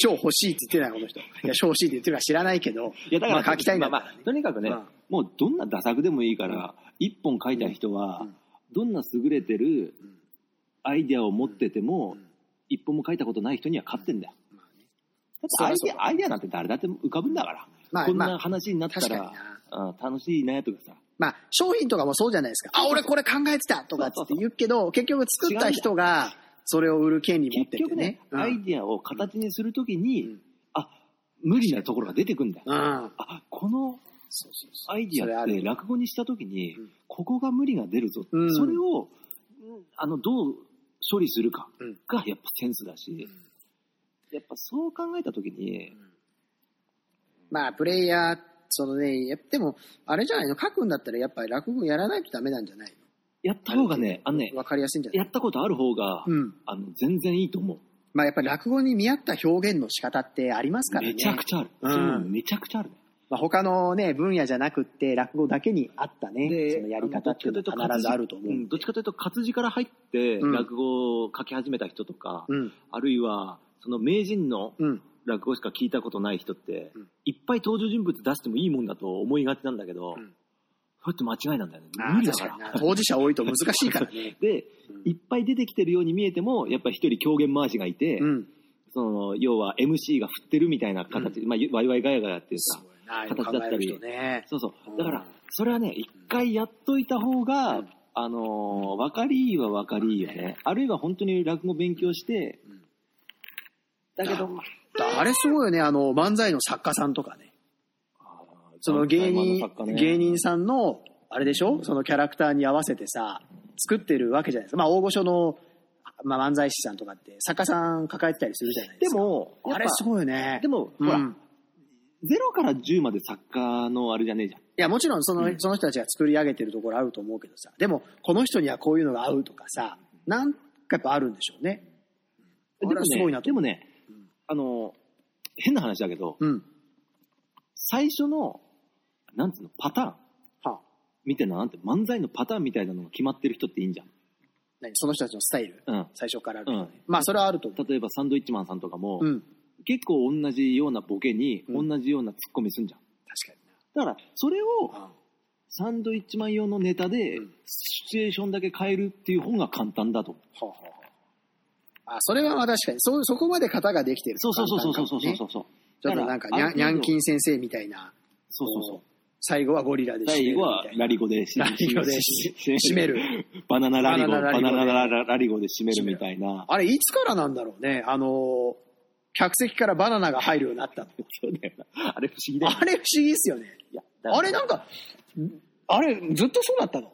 [SPEAKER 2] 賞欲しいって言ってない、この人。いや、賞欲しいって言ってるか知らないけど。
[SPEAKER 3] いや、だから、
[SPEAKER 2] まあ書きたいんだ
[SPEAKER 3] まあまあとにかくね、
[SPEAKER 2] うん
[SPEAKER 3] もうどんな打作でもいいから、一本書いた人は、
[SPEAKER 2] うん
[SPEAKER 3] どんな優れてる
[SPEAKER 2] うん
[SPEAKER 3] アイデアを持ってても、
[SPEAKER 2] うん
[SPEAKER 3] 一本も書いたことない人には勝ってんだよ。
[SPEAKER 2] まあね
[SPEAKER 3] だってアイ
[SPEAKER 2] そう
[SPEAKER 3] デ
[SPEAKER 2] そう
[SPEAKER 3] ア、アイデアなんて誰だって浮かぶんだから。
[SPEAKER 2] まあ
[SPEAKER 3] こん
[SPEAKER 2] ま
[SPEAKER 3] な
[SPEAKER 2] あ
[SPEAKER 3] 話になった
[SPEAKER 2] 確かに
[SPEAKER 3] ら、
[SPEAKER 2] な。
[SPEAKER 3] うん楽しいなとかさ。
[SPEAKER 2] まあ、商品とかもそうじゃないですか。あ、俺これ考えてたとかっつって言うけど、結局作った人が、それを売る権利持って
[SPEAKER 3] 結
[SPEAKER 2] て
[SPEAKER 3] 局ね
[SPEAKER 2] ね。、うん
[SPEAKER 3] アイデアを形にするとき
[SPEAKER 2] う
[SPEAKER 3] に、
[SPEAKER 2] ん
[SPEAKER 3] あ、無理なところが出てくんだよ。
[SPEAKER 2] うん。
[SPEAKER 3] あ、この
[SPEAKER 2] そうそうそう。
[SPEAKER 3] アイデ
[SPEAKER 2] それ
[SPEAKER 3] ィア
[SPEAKER 2] あ
[SPEAKER 3] っ
[SPEAKER 2] る
[SPEAKER 3] て落語にしたときに、
[SPEAKER 2] うん
[SPEAKER 3] ここが無理が出るぞ、
[SPEAKER 2] うん
[SPEAKER 3] それをうんあのどう処理するか
[SPEAKER 2] うん
[SPEAKER 3] がやっぱセンスだし、やっぱそう考えたときに、
[SPEAKER 2] まあ、プレイヤー、そのね、やっても、あれじゃないの、書くんだったらやっぱり落語やらないとダメなんじゃない
[SPEAKER 3] やった方がね、あのね
[SPEAKER 2] の、わかりやすいんじゃない
[SPEAKER 3] やったことある方が、
[SPEAKER 2] うん。
[SPEAKER 3] あの全然いいと思う。
[SPEAKER 2] まあ、やっぱり落語に見合った表現の仕方ってありますからね。
[SPEAKER 3] めちゃくちゃある。
[SPEAKER 2] うん
[SPEAKER 3] それもめちゃくちゃあるね。
[SPEAKER 2] まあ、他のね、分野じゃなくって、落語だけにあったね、
[SPEAKER 3] で
[SPEAKER 2] そのやり方っていうのは必ずあると思う。
[SPEAKER 3] んどっちかというと活字から入って
[SPEAKER 2] うん
[SPEAKER 3] 落語を書き始めた人とか、
[SPEAKER 2] うん。
[SPEAKER 3] あるいはその名人の
[SPEAKER 2] うん。
[SPEAKER 3] 落語しか聞いたことない人って、
[SPEAKER 2] うん
[SPEAKER 3] いっぱい登場人物出してもいいもんだと思いがちなんだけど、
[SPEAKER 2] うん
[SPEAKER 3] それって間違いなんだよね
[SPEAKER 2] あー
[SPEAKER 3] 無理だか
[SPEAKER 2] 確
[SPEAKER 3] ら
[SPEAKER 2] にな当事者多いと難しいから ね。
[SPEAKER 3] で
[SPEAKER 2] うん
[SPEAKER 3] いっぱい出てきてるように見えてもやっぱり一人狂言回しがいて、
[SPEAKER 2] うん。
[SPEAKER 3] その要は MC が振ってるみたいな形、まあ、ワイワイガヤガヤっていうさ
[SPEAKER 2] な
[SPEAKER 3] 形だったり
[SPEAKER 2] 考える人ね。
[SPEAKER 3] そうそううんだからそれはね一回やっといた方が、
[SPEAKER 2] うん
[SPEAKER 3] あのー分かりいいは分かりいいよねあるいは本当に落語勉強して、
[SPEAKER 2] ん
[SPEAKER 3] だけど
[SPEAKER 2] だあれすごいよね、あの、漫才の作家さんとかね。その芸人、芸人さんの、あれでしょそのキャラクターに合わせてさ、作ってるわけじゃないですか。まあ、大御所の、まあ、漫才師さんとかって、作家さん抱えてたりするじゃないで
[SPEAKER 3] です
[SPEAKER 2] か。
[SPEAKER 3] も、やっ
[SPEAKER 2] あ
[SPEAKER 3] ぱ
[SPEAKER 2] れすごいよね。
[SPEAKER 3] でも、ほら、
[SPEAKER 2] うん
[SPEAKER 3] 0から10まで作家のあれじゃねえじゃん。
[SPEAKER 2] いや、もちろんその,、
[SPEAKER 3] うん
[SPEAKER 2] その人たちが作り上げてるところあると思うけどさ、でも、この人にはこういうのが合うとかさ、なんかやっぱあるんでしょうね。あれはすごいなと
[SPEAKER 3] でもね
[SPEAKER 2] うん、
[SPEAKER 3] あの、変な話だけど、
[SPEAKER 2] うん。
[SPEAKER 3] 最初の、なんつうの、パターン
[SPEAKER 2] はあ、
[SPEAKER 3] みたいな、なんて、漫才のパターンみたいなのが決まってる人っていいんじゃん。
[SPEAKER 2] 何その人たちのスタイル、
[SPEAKER 3] うん。
[SPEAKER 2] 最初からある、
[SPEAKER 3] うん
[SPEAKER 2] まあ、それはあると思
[SPEAKER 3] 例えばサンドイッチマンさんとかも、
[SPEAKER 2] う。うん。
[SPEAKER 3] 結構同じようなボケに、
[SPEAKER 2] うん
[SPEAKER 3] 同じようなツッコミすんじゃん。
[SPEAKER 2] 確
[SPEAKER 3] だから、それを
[SPEAKER 2] かにな。
[SPEAKER 3] サンドイッチマン用のネタで
[SPEAKER 2] うん、
[SPEAKER 3] シチュエーションだけ変えるっていう方が簡単だと思う。
[SPEAKER 2] はあはあはあ、あそれはまあ確かにそ、そこまで型ができてる
[SPEAKER 3] そうそうそうそうそう
[SPEAKER 2] 簡単か
[SPEAKER 3] そ
[SPEAKER 2] もね
[SPEAKER 3] うそう。
[SPEAKER 2] ちょっとなんか
[SPEAKER 3] だ
[SPEAKER 2] に
[SPEAKER 3] から
[SPEAKER 2] ゃん、にゃんきん先生みたいな、
[SPEAKER 3] そうそうそう
[SPEAKER 2] こ。う最後はゴリラで締めるみ
[SPEAKER 3] 最後
[SPEAKER 2] た
[SPEAKER 3] はい
[SPEAKER 2] な
[SPEAKER 3] ラリゴで締
[SPEAKER 2] ラリゴで締める。
[SPEAKER 3] バナナラリゴ、
[SPEAKER 2] バナナラリ
[SPEAKER 3] バ
[SPEAKER 2] ゴで
[SPEAKER 3] ナナラリゴで締めるみたいな。
[SPEAKER 2] あれ、いつからなんだろうね。あの、客席からバナナが入るようになったの。
[SPEAKER 3] そうだよな。あれ不思議だよ
[SPEAKER 2] あれ不思議っすよね。
[SPEAKER 3] いや。だ
[SPEAKER 2] あれなんか、あれずっとそうだったの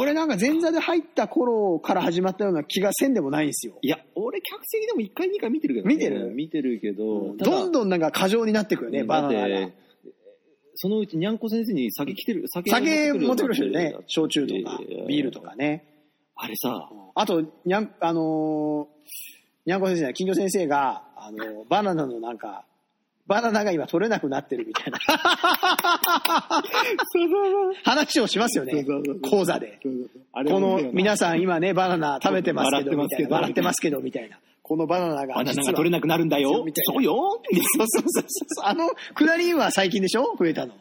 [SPEAKER 2] 俺なんか前座で入った頃から始まったような気がせんでもないんですよ。
[SPEAKER 3] いや、俺客席でも1回2回見てるけどね。
[SPEAKER 2] 見てる
[SPEAKER 3] 見てるけど。ただ
[SPEAKER 2] どんどんなんか過剰になってくよね、
[SPEAKER 3] うん
[SPEAKER 2] バナ
[SPEAKER 3] だ
[SPEAKER 2] ナ
[SPEAKER 3] っ
[SPEAKER 2] が
[SPEAKER 3] て。そのうちにゃんこ先生に酒来てる、酒
[SPEAKER 2] 酒
[SPEAKER 3] よう
[SPEAKER 2] 持っ
[SPEAKER 3] に
[SPEAKER 2] て
[SPEAKER 3] な
[SPEAKER 2] くる人よね。焼酎とか
[SPEAKER 3] いやいや、
[SPEAKER 2] ビールとかね。
[SPEAKER 3] あれ さ、
[SPEAKER 2] あと、にゃん、あのーにゃんこ先生や金魚先生が、あのーバナナのなんか、バナナが今取れなくなってるみたいな話をしますよね
[SPEAKER 3] そうそうそう、
[SPEAKER 2] 講座で。
[SPEAKER 3] あれ
[SPEAKER 2] こ
[SPEAKER 3] も
[SPEAKER 2] の
[SPEAKER 3] ね
[SPEAKER 2] 皆さん今ね、バナナ食べてますけど、みたいな。
[SPEAKER 3] 笑
[SPEAKER 2] 笑
[SPEAKER 3] っ
[SPEAKER 2] ってて
[SPEAKER 3] ま
[SPEAKER 2] ますす
[SPEAKER 3] け
[SPEAKER 2] け
[SPEAKER 3] ど
[SPEAKER 2] ど、笑ってますけど、みたいな。このバナナが。
[SPEAKER 3] バナナが取れなくなるんだ
[SPEAKER 2] 実は
[SPEAKER 3] よ
[SPEAKER 2] みたいな
[SPEAKER 3] そうよ
[SPEAKER 2] そうそうそうそう。あの、下りは最近でしょ増えたの。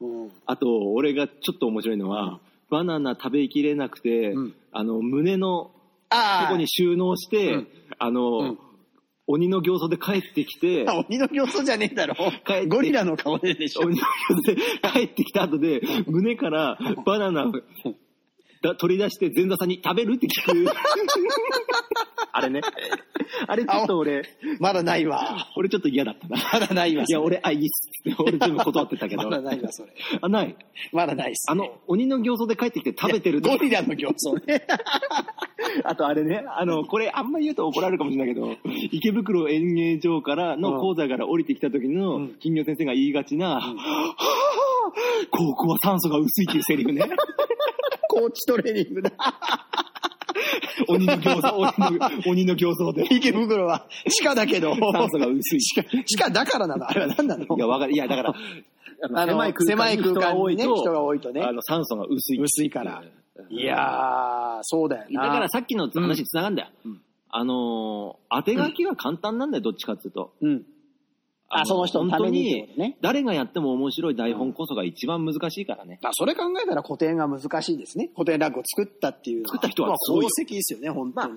[SPEAKER 2] うん。
[SPEAKER 3] あと、俺がちょっと面白いのは、バナナ食べきれなくて、
[SPEAKER 2] うん
[SPEAKER 3] あの、胸の
[SPEAKER 2] あ
[SPEAKER 3] とこに収納して、
[SPEAKER 2] うん
[SPEAKER 3] あの、
[SPEAKER 2] うん
[SPEAKER 3] 鬼の形相で帰って きて、
[SPEAKER 2] あ、鬼の形相じゃねえだろ
[SPEAKER 3] 帰って。
[SPEAKER 2] ゴリラの顔ででしょ。
[SPEAKER 3] 鬼の形相で帰ってきた後で、胸からバナナをだ取り出して前座さんに食べるって 聞く。あれね。あれちょっと俺、
[SPEAKER 2] まだないわ。
[SPEAKER 3] 俺ちょっと嫌だったな。
[SPEAKER 2] まだないわ。
[SPEAKER 3] いや、俺、あ、いいっすって。俺全部断ってたけど。
[SPEAKER 2] まだないわ、それ。
[SPEAKER 3] あ、ない。
[SPEAKER 2] まだないっす、
[SPEAKER 3] あの、鬼の形相で帰ってきて食べてるって
[SPEAKER 2] ゴリラの形相ね。
[SPEAKER 3] あとあれね、あの、これあんま言うと怒られるかもしれないけど、池袋演芸場から
[SPEAKER 2] う
[SPEAKER 3] の
[SPEAKER 2] ん
[SPEAKER 3] 講座から降りてきた時
[SPEAKER 2] う
[SPEAKER 3] の
[SPEAKER 2] ん
[SPEAKER 3] 金魚先生が言いがちな、はぁここは酸素が薄いっていうセリ フね。
[SPEAKER 2] コーチトレーニングだ。
[SPEAKER 3] 鬼の形相、鬼の鬼の形相で。
[SPEAKER 2] 池袋は地下だけど。
[SPEAKER 3] 酸素が薄い。
[SPEAKER 2] 地下、地下だからなのあれは何なの
[SPEAKER 3] いや、わかる。いや、だから、
[SPEAKER 2] あの狭い空間にね人が多いとね
[SPEAKER 3] あの、酸素が薄い。
[SPEAKER 2] 薄いから。
[SPEAKER 3] い
[SPEAKER 2] いやー、そうだよ
[SPEAKER 3] だ
[SPEAKER 2] な。
[SPEAKER 3] からさっきの話につながるんだよ。
[SPEAKER 2] うん
[SPEAKER 3] あのー、当て書きは簡単なんだよ、どっちかっていうと。
[SPEAKER 2] うん。あ
[SPEAKER 3] の
[SPEAKER 2] その人のためにってことね
[SPEAKER 3] 本当に誰がやっても面白い台本こそが一番難しいからね。
[SPEAKER 2] まあ、それ考えたら古典が難しいですね。古典落語を作ったっていうの。
[SPEAKER 3] 作った人は
[SPEAKER 2] まあ
[SPEAKER 3] そうよ
[SPEAKER 2] 功績ですよね、本当に。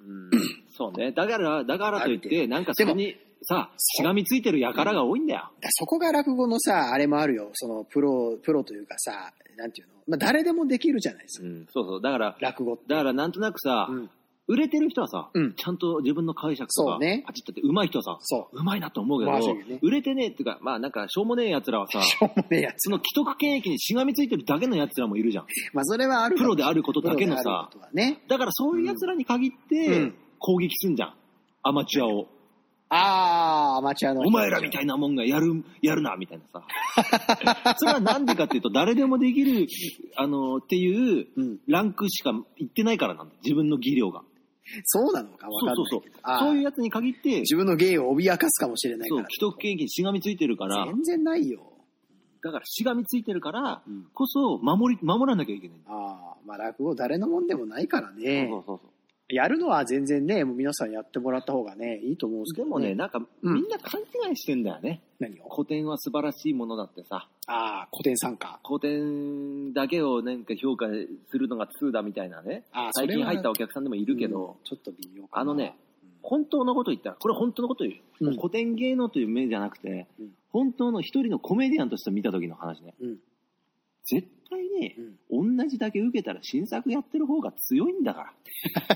[SPEAKER 3] うん、そうね。だから、だからといっ
[SPEAKER 2] ある
[SPEAKER 3] て、なんかそこにさ、
[SPEAKER 2] そ
[SPEAKER 3] しがみついてる輩が多いんだよ。
[SPEAKER 2] そこが落語のさ、あれもあるよ。その、プロ、プロというかさ、なんていうの。まあ、誰でもできるじゃないです
[SPEAKER 3] う
[SPEAKER 2] か。
[SPEAKER 3] ん、そうそう。だから、
[SPEAKER 2] 落語って。
[SPEAKER 3] だからなんとなくさ、
[SPEAKER 2] うん
[SPEAKER 3] 売れてる人はさ、
[SPEAKER 2] うん
[SPEAKER 3] ちゃんと自分の解釈と
[SPEAKER 2] そ
[SPEAKER 3] か、
[SPEAKER 2] うね
[SPEAKER 3] パチッとって上手い人はさ、
[SPEAKER 2] そう。
[SPEAKER 3] 上手いなと思うけど、
[SPEAKER 2] まあそうよね
[SPEAKER 3] 売れてねえっていうか、まあなんかしょうもねえ奴らは さ、
[SPEAKER 2] しょうもねえやつ。
[SPEAKER 3] その既得権益にしがみついてるだけの奴らも いるじゃん。
[SPEAKER 2] まあ、それはある
[SPEAKER 3] プロであること
[SPEAKER 2] プロ
[SPEAKER 3] だけの
[SPEAKER 2] である
[SPEAKER 3] さ
[SPEAKER 2] こ、とはね。
[SPEAKER 3] だからそういう奴らに限って、
[SPEAKER 2] うん
[SPEAKER 3] 攻撃すんじゃん。アマチュアを。
[SPEAKER 2] あー、アマチュアの。
[SPEAKER 3] お前らみたいなもんがやる、やるな、みたいなさ。 それはなんでかっていうと、誰でもできる、あの、っていう
[SPEAKER 2] うん、
[SPEAKER 3] ランクしか行ってないからなんだ。自分の技量が。
[SPEAKER 2] そうなのかわ
[SPEAKER 3] そ
[SPEAKER 2] か
[SPEAKER 3] う
[SPEAKER 2] な
[SPEAKER 3] ん
[SPEAKER 2] い
[SPEAKER 3] そ
[SPEAKER 2] うけ
[SPEAKER 3] そう
[SPEAKER 2] ど。
[SPEAKER 3] そうい
[SPEAKER 2] あー
[SPEAKER 3] うやつに限って、
[SPEAKER 2] 自分の芸を脅かすかもしれないか
[SPEAKER 3] そう、
[SPEAKER 2] ら。
[SPEAKER 3] 既得権益にしがみついてるから、
[SPEAKER 2] 全然ないよ。
[SPEAKER 3] だからしがみついてるから
[SPEAKER 2] うん、
[SPEAKER 3] こそ、守り、守らなきゃいけないんだ。
[SPEAKER 2] ああ、まあ落語誰のもんでもないからね。
[SPEAKER 3] そうそうそう
[SPEAKER 2] やるのは全然ね、もう皆さんやってもらった方がね、いいと思うんですけ
[SPEAKER 3] で
[SPEAKER 2] ど、
[SPEAKER 3] もね、、なんか、
[SPEAKER 2] うん
[SPEAKER 3] みんな勘違いしてんだよね。
[SPEAKER 2] 何を
[SPEAKER 3] 古典は素晴らしいものだってさ、
[SPEAKER 2] ああ、古典参加。
[SPEAKER 3] 古典だけをなんか評価するのが通だみたいなね
[SPEAKER 2] あー、
[SPEAKER 3] 最
[SPEAKER 2] それ
[SPEAKER 3] 近
[SPEAKER 2] は
[SPEAKER 3] 入ったお客さんでもいるけど、
[SPEAKER 2] うんちょっと微妙かな
[SPEAKER 3] あのね、、本当のこと言ったら、これ本当のこと言う。
[SPEAKER 2] うん
[SPEAKER 3] 古典芸能という目じゃなくて、
[SPEAKER 2] うん
[SPEAKER 3] 本当の一人のコメディアンとして見た時の話ね。
[SPEAKER 2] うん
[SPEAKER 3] 絶対に
[SPEAKER 2] う、ん
[SPEAKER 3] 同じだけ受けたら新作やってる方が強いん だか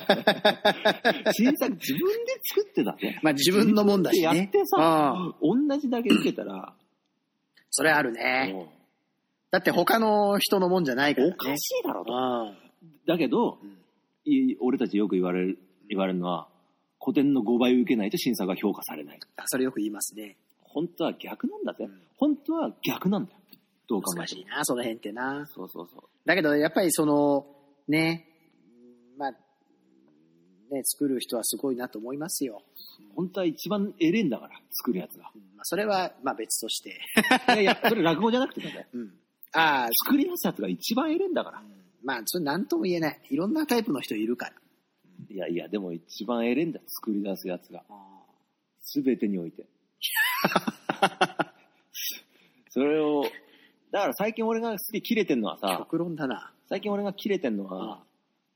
[SPEAKER 3] ら。新作自分で作ってだね。
[SPEAKER 2] まあ自分のもんだしね。
[SPEAKER 3] やって
[SPEAKER 2] ああ
[SPEAKER 3] さ、同じだけ受けたら、
[SPEAKER 2] それあるね。
[SPEAKER 3] も
[SPEAKER 2] だって他の人のもんじゃないから
[SPEAKER 3] う
[SPEAKER 2] ね。
[SPEAKER 3] おかしいだろと。
[SPEAKER 2] あ
[SPEAKER 3] だけど
[SPEAKER 2] うん、
[SPEAKER 3] い俺たちよく言われる、言われるのは、古典の5倍受けないと新作が評価されない。
[SPEAKER 2] あ、それよく言いますね。
[SPEAKER 3] 本当は逆なんだぜ、
[SPEAKER 2] うん
[SPEAKER 3] 本当は逆なんだよどう考
[SPEAKER 2] 難
[SPEAKER 3] えて
[SPEAKER 2] しい
[SPEAKER 3] も
[SPEAKER 2] な、その辺ってな。
[SPEAKER 3] そうそうそう
[SPEAKER 2] だけどやっぱりその、ね、まあ、ね、作る人はすごいなと思いますよ。
[SPEAKER 3] 本当は一番エレンだから作るやつが
[SPEAKER 2] うんまあ、それは、まあ別として。
[SPEAKER 3] いやいやそれ落語じゃなくてね
[SPEAKER 2] うん。ああ、
[SPEAKER 3] 作り出すやつが一番エレンだから
[SPEAKER 2] まあ、それ何とも言えない。いろんなタイプの人いるから。
[SPEAKER 3] いやいやでも一番エレンだ作り出すやつが全てにおい てそれをだから最近俺がすげえ切れてんのはさ
[SPEAKER 2] 極論だな。
[SPEAKER 3] 最近俺が切れてんのは、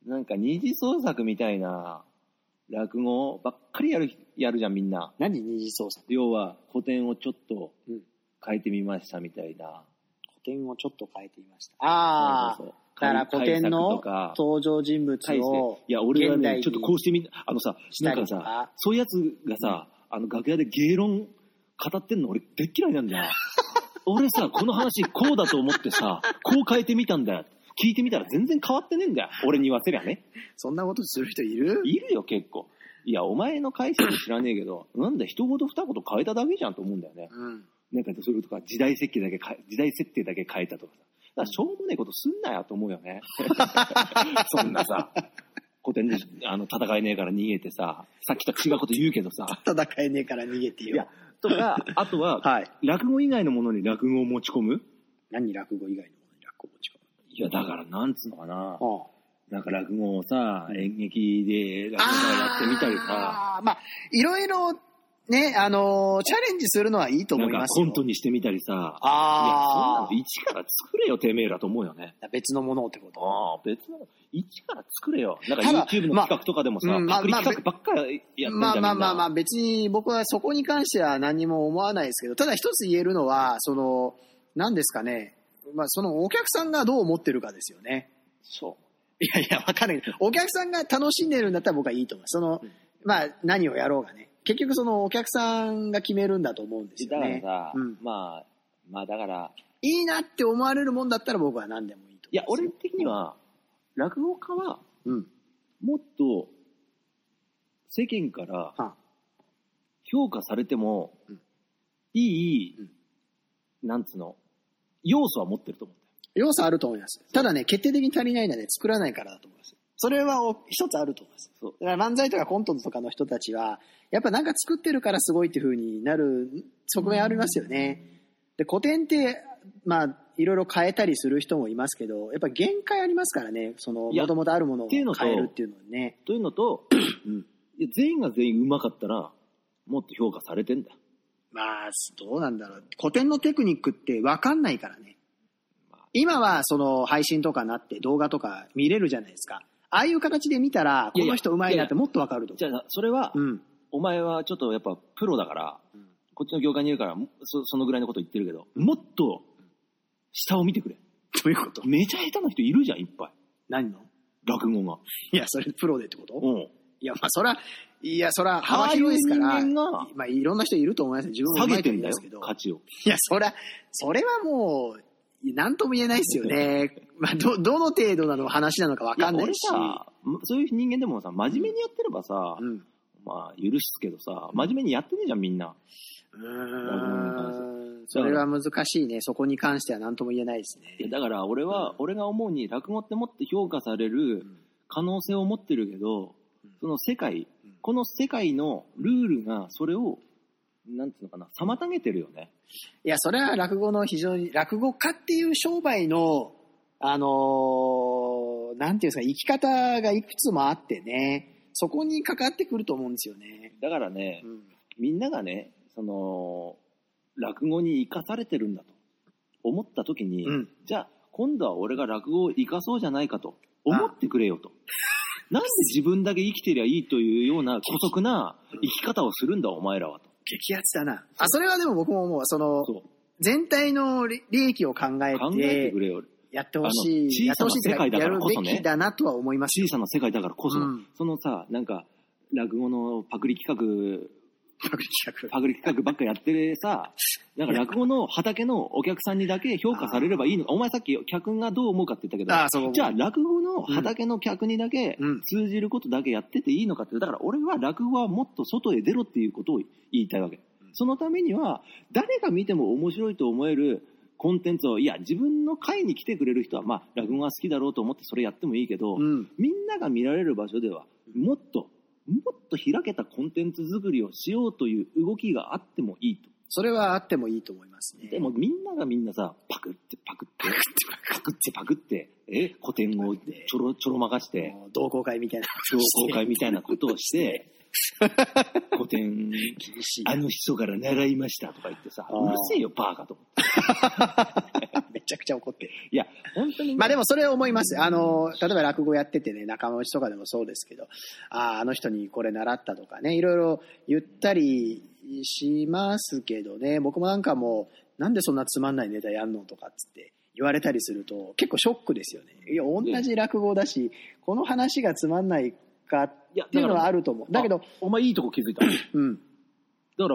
[SPEAKER 3] なんか二次創作みたいな落語ばっかりやるやるじゃんみんな
[SPEAKER 2] 何二次創作
[SPEAKER 3] 要は古典をちょっと
[SPEAKER 2] うん
[SPEAKER 3] 変えてみましたみたいな、
[SPEAKER 2] 古典をちょっと変えてみました。ああ
[SPEAKER 3] そう、そう
[SPEAKER 2] だから古典の
[SPEAKER 3] 解釈とか
[SPEAKER 2] 登場人物
[SPEAKER 3] 解釈
[SPEAKER 2] を、
[SPEAKER 3] いや俺は
[SPEAKER 2] 現代
[SPEAKER 3] ね
[SPEAKER 2] に
[SPEAKER 3] ちょっとこうしてみあのさ
[SPEAKER 2] した
[SPEAKER 3] なん
[SPEAKER 2] り
[SPEAKER 3] か
[SPEAKER 2] とか
[SPEAKER 3] さそういうやつがさ、あの楽屋で芸論語ってんの俺でっ嫌いなん だよ俺さこの話こうだと思ってさこう変えてみたんだよ聞いてみたら全然変わってねえんだよ俺に言わせりゃね
[SPEAKER 2] そんなことする人いる
[SPEAKER 3] いるよ結構いやお前の解釈知らねえけどなんだ一言二言変えただけじゃんと思うんだよね
[SPEAKER 2] うん。
[SPEAKER 3] なんかそれとか時代設計だけ変え、時代設定だけ変えたとかさ。だからしょうもねえことすんなよと思うよ ね。そんなさ、古典であの戦えねえから逃げてさ、さっきと違うこと言うけどさ。
[SPEAKER 2] 戦えねえから逃げて
[SPEAKER 3] いや
[SPEAKER 2] よ。、
[SPEAKER 3] とか、あと は、
[SPEAKER 2] はい。
[SPEAKER 3] 落語以外のものに落語を持ち込む
[SPEAKER 2] 何落語以外のものに落語を持ち
[SPEAKER 3] いや、だからなんつうのかな。
[SPEAKER 2] 込む
[SPEAKER 3] なんか落語をさ、演劇で落語家やってみたりさ、
[SPEAKER 2] あーまあ、いろいろね、あのーチャレンジするのはいいと
[SPEAKER 3] な
[SPEAKER 2] 思
[SPEAKER 3] ん
[SPEAKER 2] い
[SPEAKER 3] か
[SPEAKER 2] ます
[SPEAKER 3] コ
[SPEAKER 2] よ。
[SPEAKER 3] ントにしてみたりさ、いや、そんな
[SPEAKER 2] あ
[SPEAKER 3] の一から作れよ、てめえらと思うよね。
[SPEAKER 2] あ、別のものをってこと。
[SPEAKER 3] ああ、別の、一から作れよ。なんか
[SPEAKER 2] ただ
[SPEAKER 3] YouTube の
[SPEAKER 2] まあ
[SPEAKER 3] 企画とかでもさ、
[SPEAKER 2] うんまあ
[SPEAKER 3] パクリ企画ばっかりやってん
[SPEAKER 2] ま
[SPEAKER 3] じゃ
[SPEAKER 2] あ
[SPEAKER 3] んみん
[SPEAKER 2] まあまあま
[SPEAKER 3] あ
[SPEAKER 2] あ、別に僕はそこに関しては何も思わないですけど、ただ一つ言えるのは、その、何ですかね、まあそのお客さんがどう思ってるかですよね。
[SPEAKER 3] そ
[SPEAKER 2] いやいや、わかんないけど、お客さんが楽しんでるんだったら僕はいいと思います。その
[SPEAKER 3] うん、
[SPEAKER 2] まあ何をやろうがね。結局そのお客さんが決めるんだと思うんです
[SPEAKER 3] う。
[SPEAKER 2] よ
[SPEAKER 3] だか
[SPEAKER 2] ね
[SPEAKER 3] ら。さ、
[SPEAKER 2] うん
[SPEAKER 3] まあ、まあだから、
[SPEAKER 2] いいなって思われるもんだったら僕は何でもいいと思
[SPEAKER 3] いや、
[SPEAKER 2] うん
[SPEAKER 3] 俺
[SPEAKER 2] ですよ。
[SPEAKER 3] 的には、落語家は、
[SPEAKER 2] うん。
[SPEAKER 3] もっと、世間から
[SPEAKER 2] は
[SPEAKER 3] 評価されても
[SPEAKER 2] うん、
[SPEAKER 3] いい、
[SPEAKER 2] うん
[SPEAKER 3] なんつうの、要素は持ってると思うんだよ。
[SPEAKER 2] 要素あると思います。ただね、決定的に足りないのはね、作らないからだと思います。それはお一つあると思います。
[SPEAKER 3] そう。
[SPEAKER 2] だから漫才とかコントとかの人たちは、やっぱなんか作ってるからすごいっていう風になる側面ありますよね。で、古典って、まあ、いろいろ変えたりする人もいますけど、やっぱ限界ありますからね、その、
[SPEAKER 3] いや
[SPEAKER 2] もともとあるものを
[SPEAKER 3] ってい
[SPEAKER 2] 変
[SPEAKER 3] うのと
[SPEAKER 2] えるっていうのはね。
[SPEAKER 3] というのと、いや全員が全員上手かったら、もっと評価されてんだよ。
[SPEAKER 2] まあ、どうなんだろう。古典のテクニックってわかんないからね。今はその配信とかなって動画とか見れるじゃないですか。ああいう形で見たら、
[SPEAKER 3] い
[SPEAKER 2] こ
[SPEAKER 3] やいや
[SPEAKER 2] の人上手いなってもっとわかると
[SPEAKER 3] じゃあ、それは、
[SPEAKER 2] 思う。うん。
[SPEAKER 3] お前はちょっとやっぱプロだから、
[SPEAKER 2] うん
[SPEAKER 3] こっちの業界にいるからそ、そのぐらいのこと言ってるけど、もっと下を見てくれ。
[SPEAKER 2] どういうこと
[SPEAKER 3] めちゃ下手な人いるじゃん、いっぱい。
[SPEAKER 2] 何の
[SPEAKER 3] 落語が。
[SPEAKER 2] いや、それプロでってこと
[SPEAKER 3] うん。
[SPEAKER 2] いや、まあ、そら、いや、そら、幅広いですから、
[SPEAKER 3] ああいう人間が
[SPEAKER 2] まあ、いろんな人いると思いますよ自分も
[SPEAKER 3] 下
[SPEAKER 2] 上手
[SPEAKER 3] げ
[SPEAKER 2] いと
[SPEAKER 3] て
[SPEAKER 2] 思
[SPEAKER 3] ん
[SPEAKER 2] うんで
[SPEAKER 3] だよ
[SPEAKER 2] すけど。、
[SPEAKER 3] 価値を。
[SPEAKER 2] いや、そら、それはもう、なんとも言えないですよね。まあ、ど、どの程度なの話なのかわ
[SPEAKER 3] い
[SPEAKER 2] か
[SPEAKER 3] や
[SPEAKER 2] んない
[SPEAKER 3] 俺
[SPEAKER 2] し。
[SPEAKER 3] さ、そういう人間でもさ、真面目にやってればさ、
[SPEAKER 2] うん。
[SPEAKER 3] まあ許すけどさ、真面目にやってねえじゃん、みんな。
[SPEAKER 2] うーん。
[SPEAKER 3] そ
[SPEAKER 2] そうれは難しいね。そこに関しては何とも言えないです
[SPEAKER 3] いや
[SPEAKER 2] ね。
[SPEAKER 3] だから俺は、俺が思うに落語ってもって評価され
[SPEAKER 2] う
[SPEAKER 3] る
[SPEAKER 2] ん
[SPEAKER 3] 可能性を持ってるけど
[SPEAKER 2] うん、
[SPEAKER 3] その世界
[SPEAKER 2] うん、
[SPEAKER 3] この世界のルールがそれを、なんていうのかな、妨げてるよね。
[SPEAKER 2] いや、それは落語の非常に、落語家っていう商売の、あのーなんていうんですか、生き方がいくつもあってね、そこに関わってくると思うんですよね。
[SPEAKER 3] だからね
[SPEAKER 2] う、ん
[SPEAKER 3] みんながね、その、落語に生かされてるんだと思った時に、
[SPEAKER 2] うん
[SPEAKER 3] じゃあ今度は俺が落語を生かそうじゃないかと思ってくれよと。なんで自分だけ生きてりゃいいというような古速な生き方をするんだお前らはと。
[SPEAKER 2] 激アツだな。あ、それはでも僕も思う。その、
[SPEAKER 3] そう
[SPEAKER 2] 全体の利利益を考え
[SPEAKER 3] 考えて
[SPEAKER 2] て
[SPEAKER 3] く、れよ。
[SPEAKER 2] やってほしい。
[SPEAKER 3] あの
[SPEAKER 2] やってほしいっていうか
[SPEAKER 3] 小さな世界だ
[SPEAKER 2] や
[SPEAKER 3] か
[SPEAKER 2] る
[SPEAKER 3] らこそね
[SPEAKER 2] べきだなとは思い ますよ
[SPEAKER 3] 小。さな世界だからこその、
[SPEAKER 2] うん
[SPEAKER 3] そのさ、なんか、落語のパクリ企画、パクリ企画ばっかやってるさ、なんか落語の畑のお客さんにだけ評価されればい いの。お前さっき客がどう思うかって言ったけど、
[SPEAKER 2] ああ、そう。
[SPEAKER 3] じゃあ落語の畑の客にだけ
[SPEAKER 2] うん
[SPEAKER 3] 通じることだけやってていいのかって、だから俺は落語はもっと外へ出ろっていうことを言いたいわけ
[SPEAKER 2] ん。
[SPEAKER 3] そのためには、誰が見ても面白いと思えるコンテンツを、いや、自分の会に来てくれる人は、まあ、落語が好きだろうと思ってそれやってもいいけど、
[SPEAKER 2] うん。
[SPEAKER 3] みんなが見られる場所では、もっと、もっと開けたコンテンツ作りをしようという動きがあってもいいと。
[SPEAKER 2] それはあってもいいと思いますね。
[SPEAKER 3] でもみんながみんなさ、パクってパクって、パクってパクって、え、古典をちょろちょろまかして、
[SPEAKER 2] もう同好会みたいな。
[SPEAKER 3] 同好会みたいなことをして、古典、
[SPEAKER 2] 厳しいな
[SPEAKER 3] あ。の人から習いましたとか言ってさ、
[SPEAKER 2] あー
[SPEAKER 3] うるせえよ、バーカと思って。
[SPEAKER 2] めちゃくちゃ怒ってる。
[SPEAKER 3] いや、本当にね、
[SPEAKER 2] まあでもそれ思います。あの、例えば落語やっててね、仲間内とかでもそうですけど、ああ、あの人にこれ習ったとかね、いろいろ言ったりしますけどね、僕もなんかもう、なんでそんなつまんないネタやんのとかっつって言われたりすると、結構ショックですよね。いや、同じ落語だし、この話がつまんないかっ
[SPEAKER 3] いや、
[SPEAKER 2] ていうのはあ
[SPEAKER 3] る。
[SPEAKER 2] ると思う。だけど、
[SPEAKER 3] お前いいとこ気づいた。だか
[SPEAKER 2] うん。
[SPEAKER 3] ら、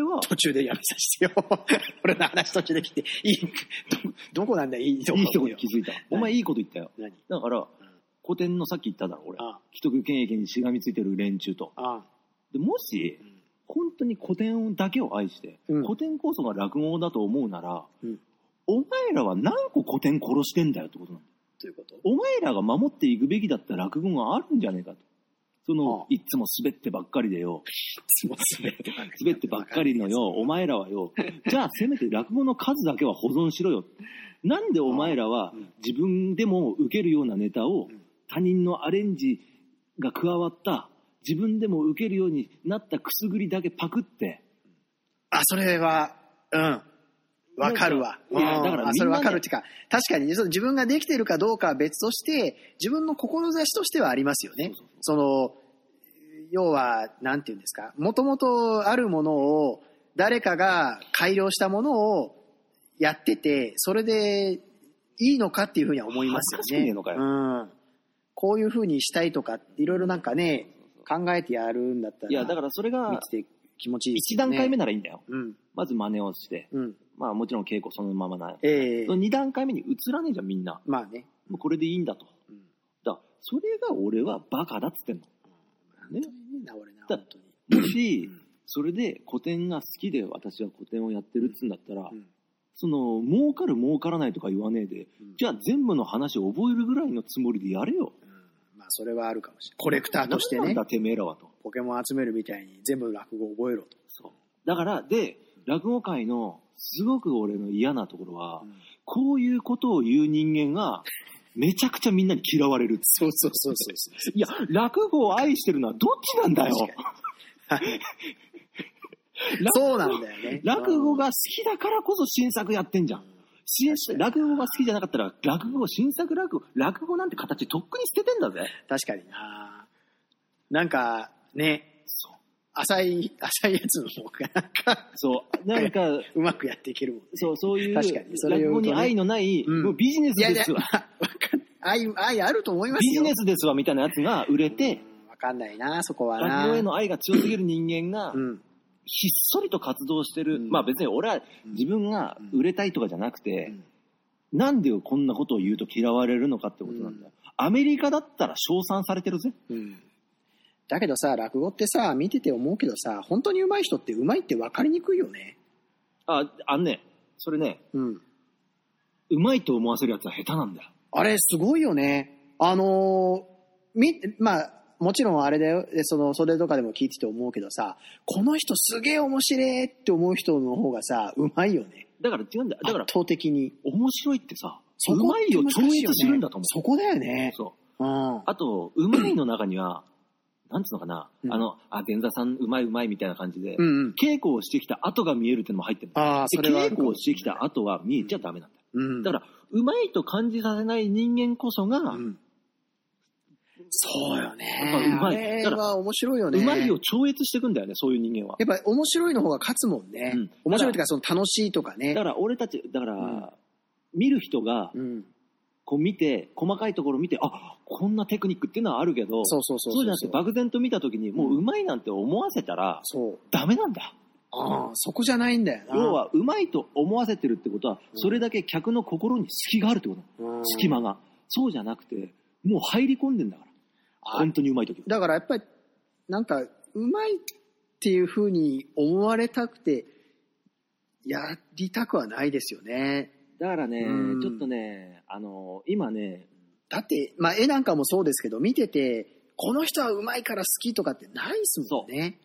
[SPEAKER 3] は、
[SPEAKER 2] 途中でやめさせてよ。 俺の話途中で来て、いい、ど、どこなんだよいいとこ
[SPEAKER 3] いいとこに気づいた。お前いいこと言ったよ。
[SPEAKER 2] 何
[SPEAKER 3] だから、古典のさっき言っただろ、俺。
[SPEAKER 2] あ
[SPEAKER 3] 既得権益にしがみついてる連中と。
[SPEAKER 2] あ、あ
[SPEAKER 3] でもし
[SPEAKER 2] う、ん
[SPEAKER 3] 本当に古典だけを愛して、
[SPEAKER 2] うん
[SPEAKER 3] 古典こそが落語だと思うなら、
[SPEAKER 2] うん
[SPEAKER 3] お前らは何個古典殺してんだよってことなんだよ。
[SPEAKER 2] ということ
[SPEAKER 3] お前らが守っていくべきだった落語があるんじゃねえかと。その、
[SPEAKER 2] ああ
[SPEAKER 3] いつも滑ってばっかりでよ。 滑ってばっかりのよ、お前らはよ。じゃあせめて落語の数だけは保存しろよ。なんでお前らは
[SPEAKER 2] うん
[SPEAKER 3] 自分でも受けるようなネタを
[SPEAKER 2] うん
[SPEAKER 3] 他人のアレンジが加わった自分でも受けるようになったくすぐりだけパクって
[SPEAKER 2] あ、それは、うん。わかるわ。
[SPEAKER 3] いや
[SPEAKER 2] うん
[SPEAKER 3] だから
[SPEAKER 2] あそれ
[SPEAKER 3] みん
[SPEAKER 2] わ
[SPEAKER 3] なね
[SPEAKER 2] かるっていうか、確かにね、その自分ができてるかどうかは別として、自分の志としてはありますよね。その、要は、なんていうんですか、もともとあるものを、誰かが改良したものをやってて、それでいいのかっていうふうには思いますよね。
[SPEAKER 3] 恥ずかしくねえのかよ
[SPEAKER 2] うん。こういうふうにしたいとか、いろいろなんかね、考えてやるんだったら、
[SPEAKER 3] いやだからそれが
[SPEAKER 2] 見てて気持ちいいです
[SPEAKER 3] 1
[SPEAKER 2] よ
[SPEAKER 3] 段
[SPEAKER 2] ね。
[SPEAKER 3] 階目ならいいんだよ
[SPEAKER 2] うん。
[SPEAKER 3] まず真似をして
[SPEAKER 2] うん。
[SPEAKER 3] まあもちろん稽古そのままな
[SPEAKER 2] ええ
[SPEAKER 3] その2段階目に移らねえじゃんみんな
[SPEAKER 2] まあね。
[SPEAKER 3] もうこれでいいんだと
[SPEAKER 2] うん
[SPEAKER 3] だからそれが俺はバカだっつってんのね
[SPEAKER 2] な俺な、
[SPEAKER 3] だ
[SPEAKER 2] 本当に。
[SPEAKER 3] もしそれで古典が好きで私は古典をやってるっつうんだったら、
[SPEAKER 2] うん
[SPEAKER 3] その儲かる儲からないとか言わねえでじゃあ全部の話を覚えるぐらいのつもりでやれよ。
[SPEAKER 2] まあ、それはあるかもしれない。コレクターとして
[SPEAKER 3] 何
[SPEAKER 2] ね
[SPEAKER 3] なんだ、てめえらはと。
[SPEAKER 2] ポケモン集めるみたいに全部落語覚えろと。
[SPEAKER 3] だから、で、落語界のすごく俺の嫌なところは、
[SPEAKER 2] うん
[SPEAKER 3] こういうことを言う人間が、めちゃくちゃみんなに嫌われる。
[SPEAKER 2] そうそうそうそう。
[SPEAKER 3] いや、落語を愛してるのはどっちなんだよ。
[SPEAKER 2] そうなんだよね。
[SPEAKER 3] 落語が好きだからこそ新作やってんじゃん。新
[SPEAKER 2] 確か
[SPEAKER 3] 落語が好きじゃなかったら、落語、新作落語、落語なんて形とっくに捨ててんだぜ。
[SPEAKER 2] 確かにな。なんか、ね、
[SPEAKER 3] そう。
[SPEAKER 2] 浅い、浅いやつの方が、なんか、
[SPEAKER 3] そう。なんか、
[SPEAKER 2] うまくやっていけるもん。
[SPEAKER 3] そう、そういう、
[SPEAKER 2] 確かにそれ
[SPEAKER 3] 落
[SPEAKER 2] 言う
[SPEAKER 3] 語
[SPEAKER 2] とね
[SPEAKER 3] に愛のない、
[SPEAKER 2] うん
[SPEAKER 3] もうビジネス
[SPEAKER 2] いやい
[SPEAKER 3] で
[SPEAKER 2] や、
[SPEAKER 3] すわ
[SPEAKER 2] わ。かん愛、愛あると思いま
[SPEAKER 3] ビ
[SPEAKER 2] す
[SPEAKER 3] ジ
[SPEAKER 2] よ。
[SPEAKER 3] ネスですわみたいなやつが売れて、
[SPEAKER 2] うんわかんないな、そこはな。
[SPEAKER 3] 落語への愛が強すぎる人間が
[SPEAKER 2] う、ん。
[SPEAKER 3] ひっそりと活動してる。
[SPEAKER 2] うん
[SPEAKER 3] まあ別に俺は自分が売れたいとかじゃなくて、なんでこんなことを言うと嫌われるのかってことなんだよ。アメリカだったら称賛されてるぜ。
[SPEAKER 2] うんだけどさ、落語ってさ、見てて思うけどさ、本当に上手い人って上手いって分かりにくいよね。
[SPEAKER 3] あ、あのね、それね、
[SPEAKER 2] うん。
[SPEAKER 3] うまいと思わせるやつは下手なんだよ。
[SPEAKER 2] あれ、すごいよね。あのーみ、まあ、もちろんあれだよ、えその、それとかでも聞いてて思うけどさ、この人すげえ面白いって思う人の方がさ、上手いよね。
[SPEAKER 3] だから違うんだよ。だから
[SPEAKER 2] 圧、倒的に。
[SPEAKER 3] 面白いってさ、
[SPEAKER 2] そうこ
[SPEAKER 3] ま
[SPEAKER 2] っ
[SPEAKER 3] い
[SPEAKER 2] て
[SPEAKER 3] を
[SPEAKER 2] 難
[SPEAKER 3] 超
[SPEAKER 2] しいよね
[SPEAKER 3] 越するんだと思う。
[SPEAKER 2] そこだよね。
[SPEAKER 3] そう。
[SPEAKER 2] うん。
[SPEAKER 3] あと、うまいの中には、 なんつうのかな、
[SPEAKER 2] うん
[SPEAKER 3] あの、あ、前座さんうまいうまいみたいな感じで、
[SPEAKER 2] うんうん。
[SPEAKER 3] 稽古をしてきた後が見えるってのも入ってる
[SPEAKER 2] ああ、それはある
[SPEAKER 3] 稽
[SPEAKER 2] か
[SPEAKER 3] 古
[SPEAKER 2] も
[SPEAKER 3] をしてきた後は見えちゃダメなんだよ。
[SPEAKER 2] うん。
[SPEAKER 3] だから、うまいと感じさせない人間こそが、う
[SPEAKER 2] うんそうよ
[SPEAKER 3] や
[SPEAKER 2] ね
[SPEAKER 3] っ。ぱ
[SPEAKER 2] あ
[SPEAKER 3] 上手い
[SPEAKER 2] れ
[SPEAKER 3] だから
[SPEAKER 2] は面白いよね。
[SPEAKER 3] まいを超越していくんだよね、そういう人間は。
[SPEAKER 2] やっぱ面白いの方が勝つもんね。
[SPEAKER 3] うん
[SPEAKER 2] 面白いというか、その楽しいとかね。
[SPEAKER 3] だから、俺たち、だから、
[SPEAKER 2] うん
[SPEAKER 3] 見る人が、
[SPEAKER 2] うん。
[SPEAKER 3] こう見て、細かいところ見て、あ、こんなテクニックっていうのはあるけど、
[SPEAKER 2] そうそうそう
[SPEAKER 3] そうじゃなくて、漠然と見たときに、もううまいなんて思わせたら、
[SPEAKER 2] そう。
[SPEAKER 3] ダメなんだよ。
[SPEAKER 2] ああ、そこじゃないんだよな。
[SPEAKER 3] 要はうまいと思わせてるってことはそれだけ客の心に隙があるってこと
[SPEAKER 2] うん、
[SPEAKER 3] 隙間がそうじゃなくてもう入り込んでんだから
[SPEAKER 2] あ
[SPEAKER 3] 本当にうまい時は
[SPEAKER 2] だからやっぱり、なんか、うまいっていうふうに思われたくて、やりたくはないですよね。
[SPEAKER 3] だからね
[SPEAKER 2] うん
[SPEAKER 3] ちょっとねあの今ね
[SPEAKER 2] だって、まあ、絵なんかもそうですけど、見てて、この人はうまいから好きとかってないっすもんね。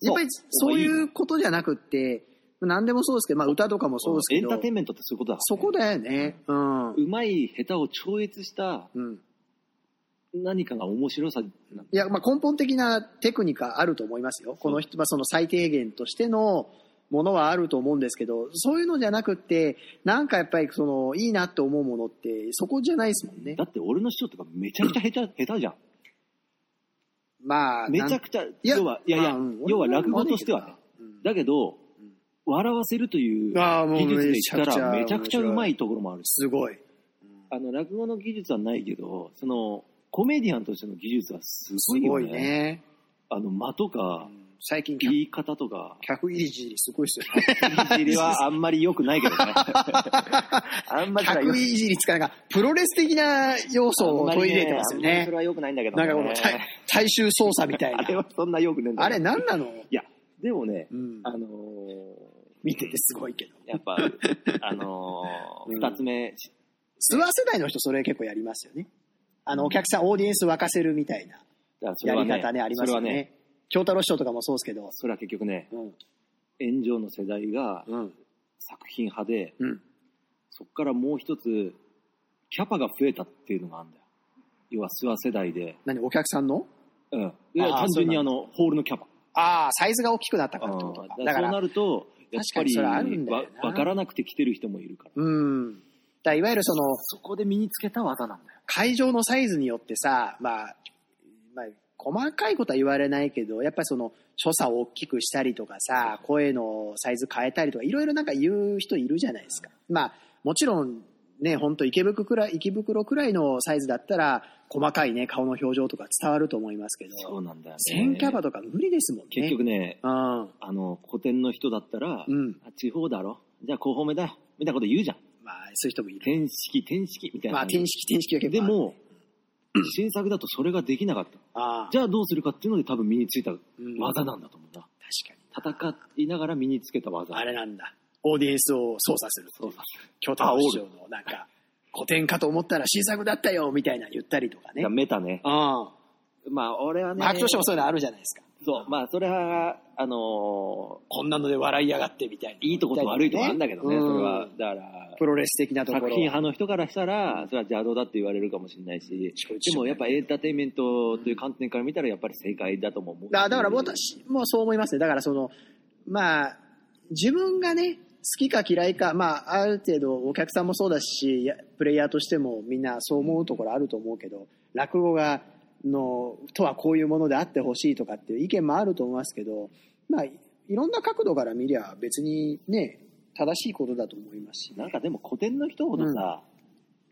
[SPEAKER 2] や
[SPEAKER 3] そ
[SPEAKER 2] っ
[SPEAKER 3] う
[SPEAKER 2] ぱりそういうことじゃなくって、何でもそうですけど、まあ歌とかもそうです
[SPEAKER 3] エ
[SPEAKER 2] け
[SPEAKER 3] ン
[SPEAKER 2] ど
[SPEAKER 3] ター、テインメントってそういうことだ
[SPEAKER 2] そこだよね。うん。
[SPEAKER 3] うまい下手を超越した
[SPEAKER 2] うん。
[SPEAKER 3] 何かが面白さなん
[SPEAKER 2] いや、まあ、根本的なテクニックはあると思いますよ。この人、まあ、その最低限としてのものはあると思うんですけど、そういうのじゃなくって、なんかやっぱりその、いいなって思うものって、そこじゃないですもんね
[SPEAKER 3] だ。って俺の師匠とかめちゃくちゃ下手下手じゃん
[SPEAKER 2] まあ、
[SPEAKER 3] めちゃ
[SPEAKER 2] く
[SPEAKER 3] くちゃ
[SPEAKER 2] や
[SPEAKER 3] 要はいやい
[SPEAKER 2] まあ
[SPEAKER 3] や
[SPEAKER 2] うん
[SPEAKER 3] 要は落語としてはね
[SPEAKER 2] うん
[SPEAKER 3] だけど笑わせるという
[SPEAKER 2] ああもう
[SPEAKER 3] 技術で言ったら
[SPEAKER 2] め
[SPEAKER 3] め
[SPEAKER 2] ち
[SPEAKER 3] ち
[SPEAKER 2] ゃ
[SPEAKER 3] ゃ
[SPEAKER 2] く
[SPEAKER 3] く
[SPEAKER 2] ち
[SPEAKER 3] ち
[SPEAKER 2] ゃ
[SPEAKER 3] ゃ
[SPEAKER 2] 面白いう
[SPEAKER 3] まいところもあるし
[SPEAKER 2] すごい。
[SPEAKER 3] あの、落語の技術はないけど、その、コメディアンとしての技術はすご
[SPEAKER 2] す
[SPEAKER 3] いよ
[SPEAKER 2] ご
[SPEAKER 3] ね。
[SPEAKER 2] いね。
[SPEAKER 3] あの、間とか、
[SPEAKER 2] 最近、
[SPEAKER 3] 言い方とか、
[SPEAKER 2] 客いじりすごいっすよね。
[SPEAKER 3] いじりはあんまり良くないけどね。 あ んまりは良
[SPEAKER 2] 客
[SPEAKER 3] く
[SPEAKER 2] いじり使いが、プロレス的な要素を
[SPEAKER 3] あんま
[SPEAKER 2] 取
[SPEAKER 3] り
[SPEAKER 2] り入れてますよ
[SPEAKER 3] あんまり
[SPEAKER 2] ね
[SPEAKER 3] それ。は良くないんだけど、
[SPEAKER 2] なんかこの体、大衆操作みたい
[SPEAKER 3] あれ
[SPEAKER 2] な。
[SPEAKER 3] はそんな良くないんだ
[SPEAKER 2] あ
[SPEAKER 3] け
[SPEAKER 2] れ
[SPEAKER 3] ど
[SPEAKER 2] 何なの
[SPEAKER 3] いや、でもね、
[SPEAKER 2] うん
[SPEAKER 3] あのー
[SPEAKER 2] 見ててすごいけど。
[SPEAKER 3] やっぱ、あのー
[SPEAKER 2] うん
[SPEAKER 3] 二つ目、
[SPEAKER 2] 諏訪世代の人それ結構やりますよねあのお客さんオーディエンス沸かせるみたいな
[SPEAKER 3] だからそれ
[SPEAKER 2] や
[SPEAKER 3] は
[SPEAKER 2] り
[SPEAKER 3] ね、
[SPEAKER 2] 方ねあります
[SPEAKER 3] それ
[SPEAKER 2] よ
[SPEAKER 3] はね、
[SPEAKER 2] ね京太郎師匠とかもそうですけど
[SPEAKER 3] それは結局ね、
[SPEAKER 2] うん
[SPEAKER 3] 炎上の世代が
[SPEAKER 2] うん
[SPEAKER 3] 作品派で、
[SPEAKER 2] うん
[SPEAKER 3] そこからもう一つ、キャパが増えたっていうのがあるんだよ。要は諏訪世代で、
[SPEAKER 2] 何、お客さんの
[SPEAKER 3] うん、い
[SPEAKER 2] あ
[SPEAKER 3] や
[SPEAKER 2] ー
[SPEAKER 3] 単純に
[SPEAKER 2] そ
[SPEAKER 3] あ
[SPEAKER 2] う
[SPEAKER 3] のホールのキャパ
[SPEAKER 2] ああ、サイズが大きくなったからってことか。
[SPEAKER 3] うんだ
[SPEAKER 2] だか
[SPEAKER 3] か
[SPEAKER 2] ら
[SPEAKER 3] そ
[SPEAKER 2] ら、
[SPEAKER 3] うなるとやっぱ
[SPEAKER 2] 確か
[SPEAKER 3] り
[SPEAKER 2] にそれあるんだよな
[SPEAKER 3] わわからなくて来てる人もいるから
[SPEAKER 2] うん。だからいわゆるその、
[SPEAKER 3] そこで身につけた技なんだよ
[SPEAKER 2] 会場のサイズによってさ、まあ、まあ、細かいことは言われないけど、やっぱりその、所作を大きくしたりとかさ、声のサイズ変えたりとか、いろいろなんか言う人いるじゃないですか。まあ、もちろん、ね、ほんと池袋くらい、池袋くらいのサイズだったら、細かいね、顔の表情とか伝わると思いますけ
[SPEAKER 3] そ
[SPEAKER 2] ど、
[SPEAKER 3] うなんだよね
[SPEAKER 2] 1000キャバとか無理ですもんね。
[SPEAKER 3] 結局ね
[SPEAKER 2] うん。
[SPEAKER 3] あの古典の人だったら、
[SPEAKER 2] うん。
[SPEAKER 3] あ地方だろじゃあ広報目だよみたいなこと言うじゃん
[SPEAKER 2] まあ、そういう人もいる。
[SPEAKER 3] 天式天式みたいな、
[SPEAKER 2] まあ、天式、天式は結構
[SPEAKER 3] で
[SPEAKER 2] ある。
[SPEAKER 3] も新作だとそれができなかった
[SPEAKER 2] ああ、
[SPEAKER 3] じゃあどうするかっていうので多分身についた技なんだと思うな、
[SPEAKER 2] 確かに。
[SPEAKER 3] 戦いながら身につけた技
[SPEAKER 2] あれなんだ。オーディエンスを操作する。
[SPEAKER 3] そうさ
[SPEAKER 2] 京都師匠のなんか、古典かと思ったら新作だったよみたいな言ったりとかね。うん。
[SPEAKER 3] メタね
[SPEAKER 2] マ
[SPEAKER 3] まあ俺はね
[SPEAKER 2] ークとしてもそういうのあるじゃないですか。
[SPEAKER 3] そうまあそれはあの
[SPEAKER 2] こんなので笑いやがってみたいな。
[SPEAKER 3] ーいいとこと悪いとこあるんだけどね
[SPEAKER 2] うん
[SPEAKER 3] それはだから
[SPEAKER 2] プロレス的なところ。
[SPEAKER 3] 作品派の人からしたらそれは邪道だって言われるかもしれないし
[SPEAKER 2] 承知
[SPEAKER 3] でもやっぱエンターテインメントという観点から見たらやっぱり正解だとも思う
[SPEAKER 2] だだから私もそう思いますね。だからその、まあ、自分がね、好きか嫌いか、まあ、ある程度お客さんもそうだし、やプレイヤーとしてもみんなそう思うところあると思うけど、落語が、の、とはこういうものであってほしいとかっていう意見もあると思いますけど、まあ、いいろんな角度から見りゃ別にね、正しいことだと思いますし、
[SPEAKER 3] なんかでも古典の人ほどさ、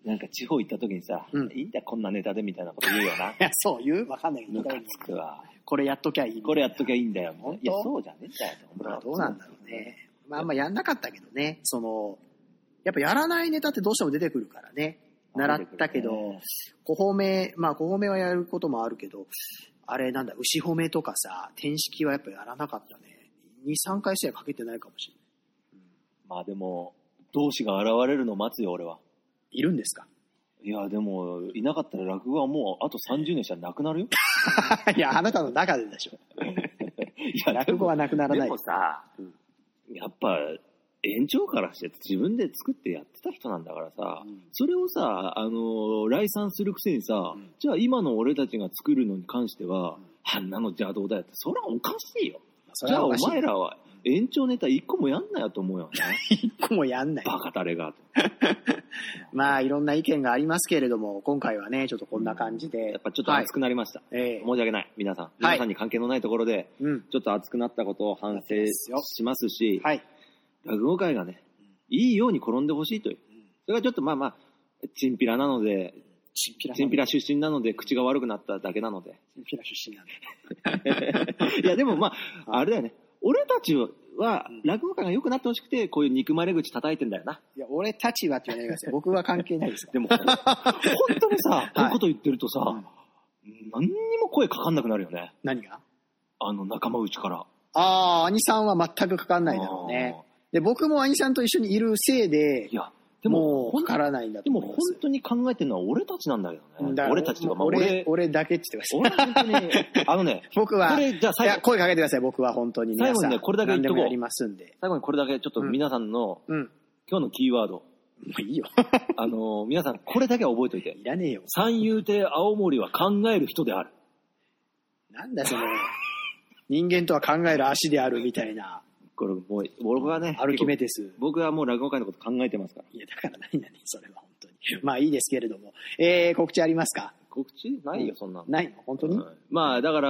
[SPEAKER 3] なんか地方行った時にさ、
[SPEAKER 2] うん。
[SPEAKER 3] いいんだこんなネタでみたいなこと言うよな
[SPEAKER 2] いや、 そう言うわかんないけど
[SPEAKER 3] ム、カつくわ。
[SPEAKER 2] これやっときゃいいみたいな
[SPEAKER 3] これやっときゃいいんだよ。みたい
[SPEAKER 2] 本
[SPEAKER 3] な
[SPEAKER 2] 当
[SPEAKER 3] いや、そうじゃねえんだよ。
[SPEAKER 2] まあどうなんだろうね。。まああんまやんなかったけどね、その、やっぱやらないネタってどうしても出てくるからね。習ったけど、小褒め、まあ小褒めはやることもあるけど、あれなんだ、牛褒めとかさ、天式はやっぱやらなかったね。2、3回しかかけてないかもしれない。
[SPEAKER 3] まあでも、同志が現れるのを待つよ、俺は。
[SPEAKER 2] いるんですか
[SPEAKER 3] いや、でも、いなかったら落語はもう、あと30年したらなくなるよ。
[SPEAKER 2] いや、あなたの中ででしょ。
[SPEAKER 3] いや、
[SPEAKER 2] 落語はなくなら
[SPEAKER 3] で
[SPEAKER 2] ない
[SPEAKER 3] も。さ、
[SPEAKER 2] うん
[SPEAKER 3] やっぱ、園長からして自分で作ってやってた人なんだからさ、
[SPEAKER 2] うん
[SPEAKER 3] それをさ、あのー来賛するくせにさ、
[SPEAKER 2] ん
[SPEAKER 3] じゃあ今の俺たちが作るのに関しては、
[SPEAKER 2] ん
[SPEAKER 3] あんなの邪道だよって、それはおかしいよ。
[SPEAKER 2] そ
[SPEAKER 3] じ
[SPEAKER 2] れ
[SPEAKER 3] ゃ
[SPEAKER 2] は
[SPEAKER 3] あ
[SPEAKER 2] お
[SPEAKER 3] お
[SPEAKER 2] かしい
[SPEAKER 3] 前らは延長ネタ一個もやんなよと思うよね。
[SPEAKER 2] 一個もやんない。
[SPEAKER 3] バカタレが。
[SPEAKER 2] まあいろんな意見がありますけれども、今回はね、ちょっとこんな感じで。
[SPEAKER 3] やっぱちょっと熱くなりました。
[SPEAKER 2] はい。ええ
[SPEAKER 3] 申し訳ない、皆さん。皆さんに関係のないところで、
[SPEAKER 2] うん。
[SPEAKER 3] ちょっと熱くなったことを反省
[SPEAKER 2] ですよ
[SPEAKER 3] しますし、
[SPEAKER 2] はい。
[SPEAKER 3] 落語界がね、いいように転んでほしいという。それがちょっとまあまあ、チンピラなので、
[SPEAKER 2] チンピラ。
[SPEAKER 3] チンピラ出身なので口が悪くなっただけなので。
[SPEAKER 2] チンピラ出身なんで。
[SPEAKER 3] いや、でもまあ、あれだよね。俺たちは
[SPEAKER 2] うん、
[SPEAKER 3] 落語界が良くなってほしくて、こういう憎まれ口叩いてんだよな。
[SPEAKER 2] いや、俺たちはって言わないでください。僕は関係ない ですか
[SPEAKER 3] でも、本当 にさ、こういうこと言ってるとさ、
[SPEAKER 2] うん
[SPEAKER 3] 何にも声かかんなくなるよね。
[SPEAKER 2] ら。何が
[SPEAKER 3] あの、仲間内から。
[SPEAKER 2] ああ、兄さんは全くかかんないだろうね。で、僕も兄さんと一緒にいるせい
[SPEAKER 3] あー。
[SPEAKER 2] で
[SPEAKER 3] い、や、で
[SPEAKER 2] でも
[SPEAKER 3] も、
[SPEAKER 2] う
[SPEAKER 3] 本
[SPEAKER 2] かからないんだ
[SPEAKER 3] で
[SPEAKER 2] と
[SPEAKER 3] も
[SPEAKER 2] 思い
[SPEAKER 3] 本
[SPEAKER 2] ますよ。
[SPEAKER 3] 当に考えてるのは俺たちなんだけど
[SPEAKER 2] うん
[SPEAKER 3] ね
[SPEAKER 2] だ。から
[SPEAKER 3] 俺たちとか、まあ
[SPEAKER 2] 俺
[SPEAKER 3] 俺、、
[SPEAKER 2] 俺だけって言ってください。
[SPEAKER 3] 俺本 当に、あのね、
[SPEAKER 2] 僕は、
[SPEAKER 3] こ
[SPEAKER 2] い
[SPEAKER 3] れ、じゃあ最
[SPEAKER 2] や、
[SPEAKER 3] 後、
[SPEAKER 2] 声かけてください、僕は本当に皆さん。
[SPEAKER 3] 最後にねこれだけ言っ
[SPEAKER 2] 何で
[SPEAKER 3] とこう
[SPEAKER 2] もやりますんで。
[SPEAKER 3] 最後にこれだけちょっと皆さんの、
[SPEAKER 2] うん。も
[SPEAKER 3] 今日のキーワード、
[SPEAKER 2] ういいよ。
[SPEAKER 3] あのー、皆さんこれだけは覚えておいて。
[SPEAKER 2] いらねえよ。
[SPEAKER 3] 三遊亭青森は考える人である。
[SPEAKER 2] なんだその、人間とは考える足であるみたいな、
[SPEAKER 3] これもう、僕はね、
[SPEAKER 2] アルキメテス。
[SPEAKER 3] 僕はもう落語界のこと考えてますから。
[SPEAKER 2] いや、だから何々、それは本当に。 まあいいですけれども。えー、告知ありますか
[SPEAKER 3] 告知ないよ、そんなの。
[SPEAKER 2] ないの本当に
[SPEAKER 3] はいまあだから、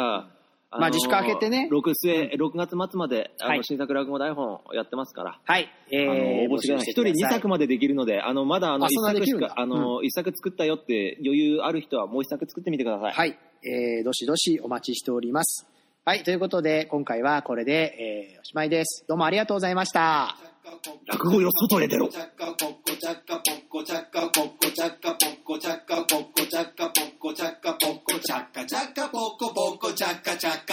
[SPEAKER 2] まあ自粛明けてね
[SPEAKER 3] 6, 末6月末まであ
[SPEAKER 2] は
[SPEAKER 3] の
[SPEAKER 2] い
[SPEAKER 3] 新作落語台本をやってますから、
[SPEAKER 2] はい。え
[SPEAKER 3] あの応募してください一人2作
[SPEAKER 2] も。
[SPEAKER 3] までできるのであのまだあの
[SPEAKER 2] あ
[SPEAKER 3] 1
[SPEAKER 2] そんな
[SPEAKER 3] 作
[SPEAKER 2] でき
[SPEAKER 3] し
[SPEAKER 2] るんだ
[SPEAKER 3] かあの、一作作ったよって余裕ある人はもう1作作ってみてください、
[SPEAKER 2] はい。えー、どしどしお待ちしております。はい。ということで、今回はこれで、えー、おしまいです。どうもありがとうございました。
[SPEAKER 3] 落語よ外へ出ろ
[SPEAKER 1] チャッカポッコチャッカポッコチャッカポッコチャッカポッコチャッカポッコチャッカポッコチャッカポッコチャッカチャッカポッコポッコチャッカチャッカ